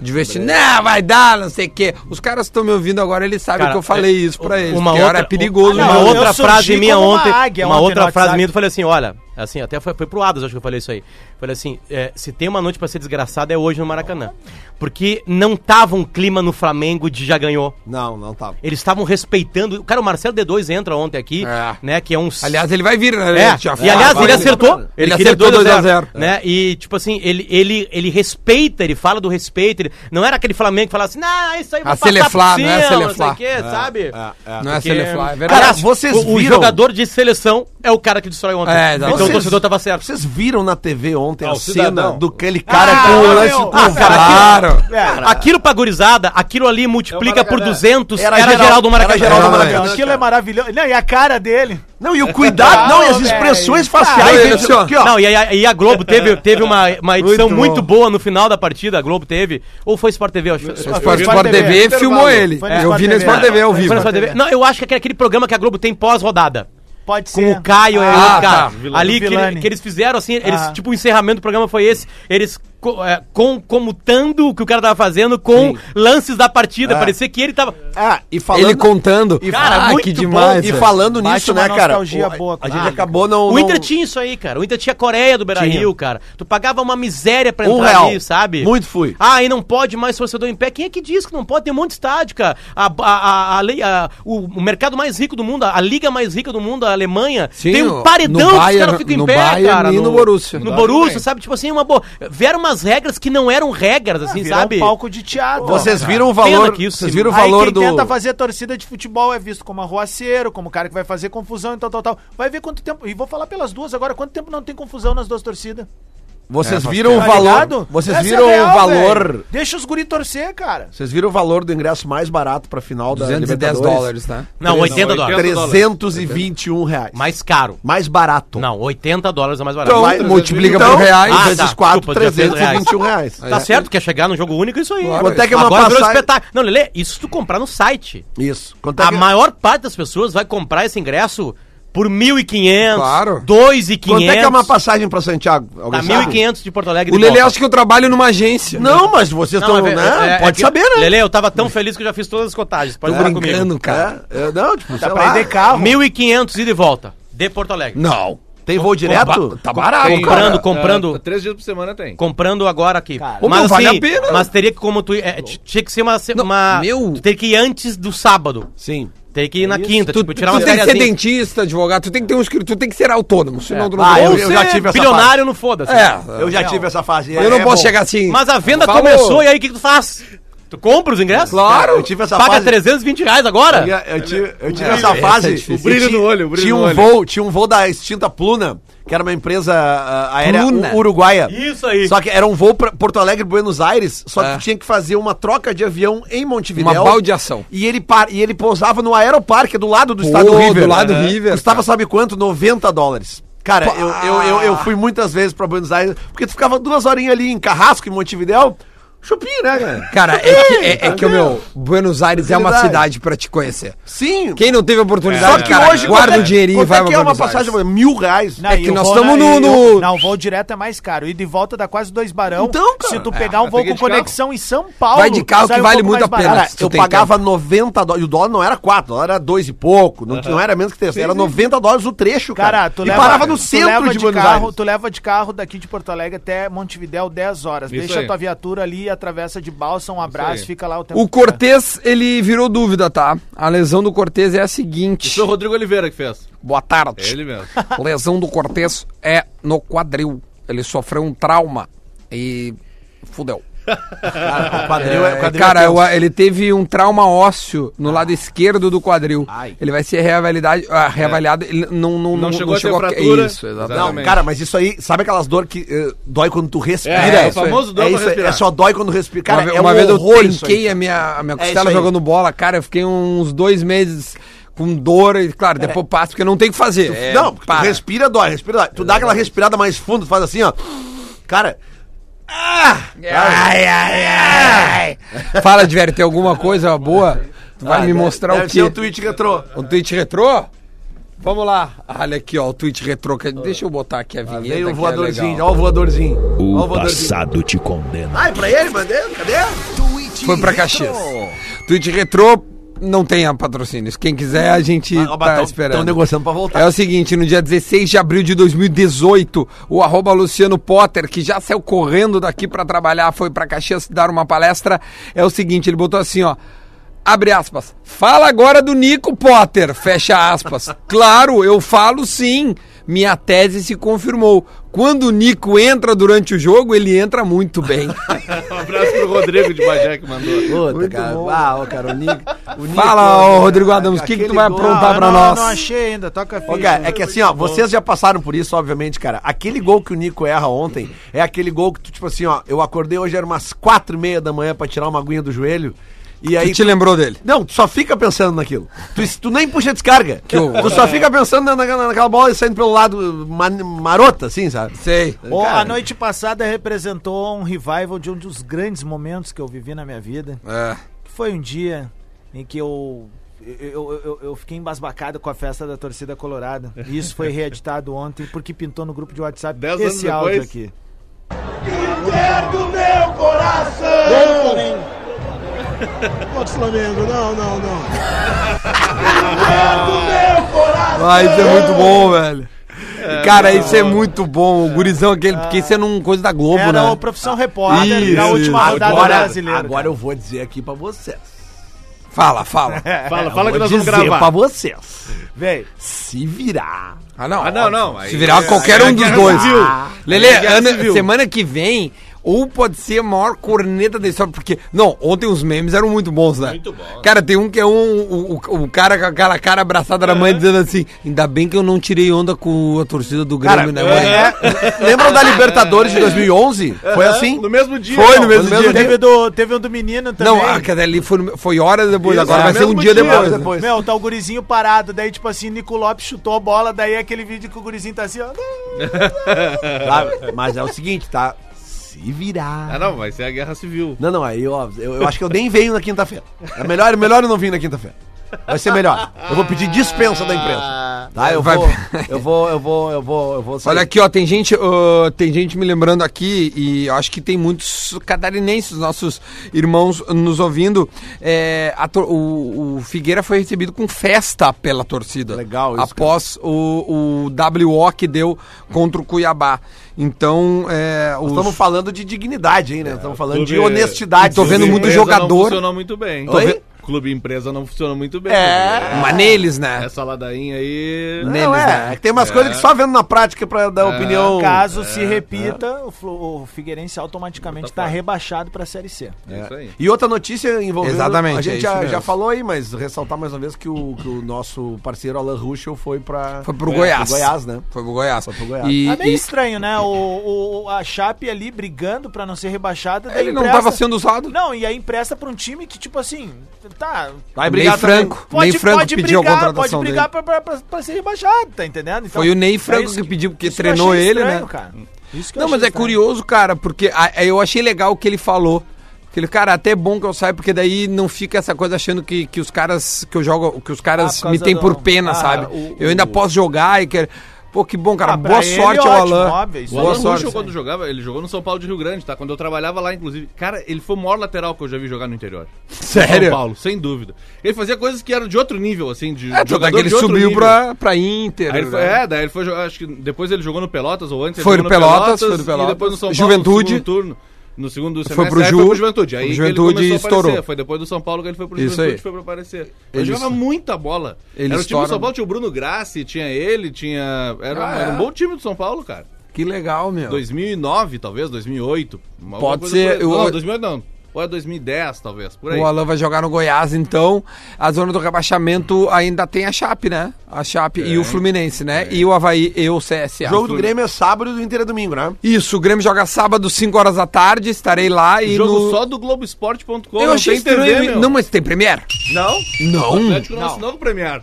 De vestir, não, vai dar, não sei o quê. Os caras que estão me ouvindo agora, eles sabem Cara, que eu falei é, isso pra eles. uma porque outra- é perigoso. Uma Ah, jogo. eu- outra eu surgi frase minha como uma ontem. águia uma ontem no outra frase WhatsApp. minha, eu falei assim: olha, assim, até foi, foi pro Adas, acho que eu falei isso aí. Falei assim: é, se tem uma noite pra ser desgraçada é hoje no Maracanã. Porque não tava um clima no Flamengo de já ganhou. Não, não tá. tava. Eles estavam respeitando. Cara, o Marcelo D2 entra ontem aqui, É. né? Que é um. Aliás, ele vai vir, né? É, Ele já e foi, aliás, vai ele vir. acertou. Ele, Ele queria acertou 2 a 2 a 0. 0, né? E, tipo assim, ele, ele, ele respeita, ele fala do respeito. ele- não era aquele Flamengo que falava assim, não, isso aí A Celeflá, não é a não sei Celeflá. o quê, sabe? Não é Porque- Celefly, é verdade. Cara, Aliás, vocês o, o viram- jogador de seleção é o cara que destrói ontem. É, exato. então o Vocês- torcedor tava certo. Vocês viram na TV ontem a o cidadão. cena do aquele cara Ah, com o meu. lance Ah, curvado? cara, Claro. Velho, Aquilo pra gurizada, aquilo ali multiplica É o por Maracanã. 200, era, Era geral, geral- do Maracanã. era geral do Maracanã. aquilo é maravilhoso. Não, e a cara dele. Não, e o cuidado, não, e as Não, expressões velho. faciais. Não, dele, ele assim, ó. aqui, ó. Não, e a, e a Globo teve, teve uma, uma edição Muito muito, bom. boa no final da partida, a Globo teve, ou foi Sport TV, eu acho. O Foi Sport, no Sport Sport TV, TV, filmou intervalo. ele. Foi no eu vi Sport no TV. Sport TV ao Foi no vivo. Foi na sua TV. Não, eu acho que é aquele programa que a Globo tem pós-rodada. Pode com ser. o Caio, é, Ah, o cara. tá. ali que, Vilani. ele- que eles fizeram, assim, eles, Ah. tipo, o encerramento do programa foi esse, eles co- é, com, comutando o que o cara tava fazendo com lances da É. partida, parecia que ele tava... Ah, e falando... Ele contando. E Cara, fa- muito que bom. demais. E velho. falando Bate nisso, uma né, cara? nostalgia o- boa, a claro. gente acabou não... O Inter não- tinha isso aí, cara. O Inter tinha a Coreia do Beira-Rio, cara. Tu pagava uma miséria pra Um entrar real. ali, sabe? Muito fui. Ah, e não pode mais torcedor em pé. Quem é que diz que não pode? Tem um monte de estádio, cara. A, a, a, a lei- a- o, o mercado mais rico do mundo, a liga mais rica do mundo, a Alemanha, Sim, tem no- um paredão no que os Bayern- caras ficam em no pé, Bayern cara. e no Borussia. No Borussia, sabe? Tipo assim, uma boa. Vieram umas regras que não eram regras, assim, Virou sabe? um palco de teatro. Vocês viram o Pena valor... que isso Vocês se- viram o Aí valor quem do... tenta fazer torcida de futebol é visto como arruaceiro, como cara que vai fazer confusão e tal, tal, tal. Vai ver quanto tempo. E vou falar pelas duas agora. Quanto tempo não tem confusão nas duas torcidas? Vocês viram o Tá valor... ligado? Vocês Essa é viram real, o valor... velho. Deixa os guri torcer, cara. Vocês viram o valor do ingresso mais barato pra final da 210 Libertadores? dólares, tá? Não, 80 Não, dólares. 321 reais. Mais caro. Mais barato. Não, 80 dólares é mais barato. Então, Vai, multiplica por reais. Ah, vezes tá. 4, Desculpa, 321 321 reais. Tá certo que é chegar no jogo único isso aí. Claro. Quanto é que é uma Agora virou passagem... espetáculo. Não, Lelê, isso tu comprar no site. Isso. Quanto é A que- maior parte das pessoas vai comprar esse ingresso por 1.500, Claro. 2.500. Quanto é que é uma passagem pra Santiago? Alguém Tá sabe? 1.500 de Porto Alegre. O de Lele volta. acha que eu trabalho numa agência. Não, mas vocês tá? Não, estão. é, né? é- é Pode que- saber, né? Lele, eu tava tão feliz que eu já fiz todas as cotagens. Pode Tô falar tá comigo. brincando, cara. É, é, não, tipo, sei Pra lá. ir de carro. 1.500 ida e volta. De Porto Alegre. Não. Tem voo direto? Tá barato. Tem, comprando, cara, comprando. é, três dias por semana tem. Comprando agora aqui. assim, Cara. Ô, meu, vale a pena. Mas teria que, como tu. é, t- tinha que ser uma. se- Não, uma meu. tu teria que ir antes do sábado. Sim. Teria É que ir na quinta. Tu, tipo, tirar tu uma tem que ser fériazinha. dentista, advogado, tu tem que ter um escritório, tu tem que ser autônomo, senão tu não Ah, vai. eu, Ou eu ser- já tive essa fase. Bilionário não foda-se. É, Eu já tive essa fase. eu não É posso bom. chegar assim. Mas a venda Falou. começou e aí o que, que tu faz? Tu compra os ingressos? Claro. Eu tive essa Paga fase. 320 reais agora? Eu tive, eu tive essa fase. é difícil. Eu O brilho tinha- no olho, o brilho tinha no um olho. Voo, tinha um voo da extinta Pluna, que era uma empresa ah, aérea Pluna? u- uruguaia. Isso aí. Só que era um voo pra Porto Alegre, Buenos Aires, só que tu tinha que fazer uma troca de avião em Montevidéu. É. Uma baldeação. E ele, par- e ele pousava no aeroparque do lado do Pô, estado River. do lado River, Custava cara. sabe quanto? 90 dólares. Cara, eu, eu, eu, eu fui muitas vezes pra Buenos Aires, porque tu ficava duas horinhas ali em Carrasco, em Montevidéu, chupinho, né, cara? Cara, é que, é, é que o meu, Buenos Aires é uma Verdade. cidade pra te conhecer. Sim. Quem não teve oportunidade, Só que cara, hoje, guarda quanto é- o dinheirinho e quanto vai é pra que é uma Buenos passagem? Aires. Mil reais. Não, É e que o nós voo estamos na- no- e o- no- Não, o voo direto é mais caro. E de volta dá quase dois barão. Então, cara. Se tu pegar um voo peguei com de carro. conexão em São Paulo. Vai de carro sai que um vale pouco muito mais a pena. barato. Cara, Se tu eu tem pagava 90 dólares. E o dólar não era 4, o dólar era 2 e pouco. Não, não era menos que 3, era 90 dólares o trecho, cara. Cara, tu e leva, parava no tu centro leva de Buenos carro, Aires. Tu leva de carro daqui de Porto Alegre até Montevidéu 10 horas. Isso Deixa aí. a tua viatura ali, atravessa de balsa, um abraço, aí. fica lá o tempo. O que tu quer. Cortez, ele virou dúvida, tá? A lesão do Cortez é a seguinte. Isso é o Rodrigo Oliveira que fez. Boa tarde. É ele mesmo. Lesão do Cortez é no quadril. Ele sofreu um trauma e fudeu. Cara, o quadril é, É, o quadril cara, é eu- ele teve um trauma ósseo no lado esquerdo do quadril. Ai. É. Ele vai ser reavaliado, ah, reavaliado. Ele não, não, Não chegou a ter que- fratura. Isso, exatamente. Não, Exatamente. cara, mas isso aí, sabe aquelas dores que eh, dói quando tu respira? É, é o isso aí. famoso dói é, pra isso aí, respirar. é só dói quando respira. Cara, uma ve- é um uma vez eu horror isso aí. É trinquei a minha, a minha isso costela aí. jogando bola, cara. Eu fiquei uns dois meses com dor e, claro, depois passo porque não tem o que fazer. É, não, porque É. tu para. respira, dói, respira, dói. Tu dá aquela respirada mais fundo, tu faz assim, ó. Cara. Ah! Ai, ai, ai. Fala, Diverio, tem alguma coisa boa? Tu vai me mostrar Ah, deve o ser o quê? tweet retrô. Um tweet retrô? Vamos lá. Olha aqui, ó, o tweet retrô. que- Deixa eu botar aqui a vinheta. Veio o que é voadorzinho, legal. ó o voadorzinho. Ó O o voadorzinho. passado te condena. Ai, pra ele, mandei, cadê? Foi pra Caxias. Tweet retrô não tem a patrocínios. Quem quiser, a gente Ah, mas tá tão- esperando. tão negociando pra voltar. É o seguinte, no dia 16 de abril de 2018, o arroba Luciano Potter, que já saiu correndo daqui pra trabalhar, foi pra Caxias dar uma palestra, é o seguinte, ele botou assim, ó, abre aspas, fala agora do Nico Potter, fecha aspas. Claro, eu falo sim, minha tese se confirmou. Quando o Nico entra durante o jogo, ele entra muito bem. Um abraço pro Rodrigo de Bagé que mandou. Puta, cara. Ah, ô, cara, o Nico. o Nico, Fala, ô, cara, Rodrigo Adams, o que que tu aquele vai gol- aprontar eu pra Ah, não, nós? Eu não achei ainda, toca Ô, ficha. cara, é que assim, ó, vocês já passaram por isso, obviamente, cara. Aquele gol que o Nico erra ontem é aquele gol que tu, tipo assim, ó, eu acordei hoje, era umas quatro e meia da manhã pra tirar uma aguinha do joelho. E aí. Tu te lembrou dele? Não, tu só fica pensando naquilo. Tu, tu nem puxa a descarga. horror. tu só fica pensando na, na- naquela bola e saindo pelo lado man- marota, assim, sabe? Sei. Ó, cara. a noite passada representou um revival de um dos grandes momentos que eu vivi na minha vida. É. Que foi um dia em que eu Eu, eu, eu fiquei embasbacado com a festa da torcida colorada. E Isso foi reeditado ontem porque pintou no grupo de WhatsApp Dez anos esse áudio depois. aqui. Ah, isso é muito bom, velho. Cara, isso é muito bom. O gurizão aquele, porque isso é num coisa da Globo, Era né? o profissão repórter Isso, da última isso. rodada brasileira. agora eu vou dizer aqui pra vocês. Fala, fala. Fala, fala que Vou nós vamos dizer gravar. pra vocês. Véi, Se virar. Ah, não. Ah, não, não. Aí- Se virar qualquer aí é um dos guerra dois. civil. Lele, Aí é guerra Ana, civil. semana que vem, ou pode ser a maior corneta da história, porque. Não, ontem os memes eram muito bons, né? Muito bom. Cara, tem um que é um. O, o- o cara com aquela cara abraçada da mãe dizendo assim: ainda bem que eu não tirei onda com a torcida do Grêmio, né, mãe? Lembram da Libertadores de 2011? Foi assim? No mesmo dia. Foi não. no mesmo dia. teve, do, teve um do menino também. Não, a, ali foi, foi horas depois, Isso, agora é, vai ser um mesmo dia, dia, depois. né? depois. Meu, tá o gurizinho parado, daí tipo assim, Nico Lopes chutou a bola, daí aquele vídeo que o gurizinho tá assim, ó. Tá? Mas é o seguinte, tá? Se virar. Ah, não, vai ser a guerra civil. Não, não, aí ó, eu, eu acho que eu nem venho na quinta-feira. É melhor, melhor eu não vir na quinta-feira. Vai ser melhor. Eu vou pedir dispensa da imprensa. Tá? Eu Vai- vou, eu vou, eu vou, eu vou, eu vou sair. Olha aqui, ó, tem gente, ah, tem gente me lembrando aqui, e eu acho que tem muitos catarinenses, nossos irmãos nos ouvindo. É, a tor- o, o Figueira foi recebido com festa pela torcida. Legal isso, Após o, o WO que deu contra o Cuiabá. Então, é, os- Estamos falando de dignidade, hein, né? Estamos falando de Clube- honestidade. Tô vendo Clube muito empresa jogador. Não funcionou muito bem. Oi? Tô ve- Clube empresa não funcionou muito bem. É. mas neles, né? Essa ladainha aí. Não, é, é que tem umas coisas que só vendo na prática pra dar Oh, opinião. É um Caso é, se repita, o, Flu- o Figueirense automaticamente tá rebaixado pra Série C. É isso aí. E outra notícia envolvendo. Exatamente, A é gente isso já, mesmo. já falou aí, mas ressaltar mais uma vez que o, que o nosso parceiro Alan Ruschel foi pra. Foi pro Goiás. pro Goiás, né? Foi pro Goiás. pro Goiás. Ah, E- Tá meio e- estranho, né? O, o- a Chape ali brigando pra não ser rebaixada. daí ele não empresta- estava sendo usado. Não, e aí empresta pra um time que, tipo assim, tá. Ney Vai brigar também. Franco. Ney Franco pediu a contratação pode dele. brigar pra, pra, pra- pra ser rebaixado, tá entendendo? Então, Foi o Ney é Franco isso que pediu, porque isso que treinou eu achei ele, estranho, né? Cara. Isso que eu Não, mas achei é estranho. curioso, cara, porque a- a- eu achei legal o que ele falou. Que ele, cara, até é bom que eu saia, porque daí não fica essa coisa achando que, que os caras que eu jogo, que os Ah, por caras me causa têm por do- pena, ah, sabe? o- eu ainda posso jogar e quero. Pô, que bom, cara. Ah, pra Boa ele, sorte ao ótimo, Alan. óbvio, isso é Boa O Alan sorte. Ruschel, quando jogava, ele jogou no São Paulo de Rio Grande, tá? Quando eu trabalhava lá, inclusive. Cara, ele foi o maior lateral que eu já vi jogar no interior. São Sério? Paulo, sem dúvida. Ele fazia coisas que eram de outro nível, assim, de É, tanto é jogador que ele de outro subiu nível. pra, pra Inter. Aí ele foi, né? é, daí ele foi jogar, acho que depois ele jogou no Pelotas ou antes. ele Foi jogou no Pelotas, foi no E depois Pelotas. no São Paulo Juventude. no segundo turno. No segundo semestre, pro aí Ju- Juventude. Aí pro que Juventude ele e começou a aparecer. estourou. Foi depois do São Paulo que ele foi pro Isso Juventude aí. e foi pra aparecer. Ele Ele jogava estoura. muita bola. Ele era o time estoura. do São Paulo, tinha o Bruno Grassi, tinha ele, tinha... Era, Ah, era é. um bom time do São Paulo, cara. Que legal, meu. 2009, talvez, 2008. alguma Pode coisa ser, por aí. eu- Não, 2008 não. Ou é 2010, talvez, por aí. O Alan vai jogar no Goiás, então a zona do rebaixamento ainda tem a Chape, né? A Chape e o Fluminense, né? E o Havaí e o CSA. O jogo do Grêmio é sábado e do Inter é domingo, né? Isso, o Grêmio joga sábado, 5 horas da tarde, estarei lá e Jogo no... só do Globoesporte.com. Eu achei tem TV, estranho, meu. não, mas tem Premier? Não? Não. Ah, O Atlético não assinou com o Premier.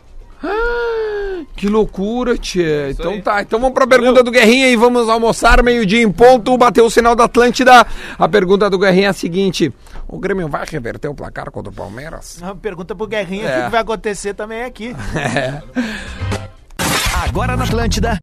Que loucura, tia. Então aí. tá, então vamos pra pergunta do Guerrinha e vamos almoçar meio-dia em ponto, bateu o sinal da Atlântida. A pergunta do Guerrinha é a seguinte, o Grêmio vai reverter o placar contra o Palmeiras? Ah, Pergunta pro Guerrinha o É. que que vai acontecer também aqui. Agora na Atlântida,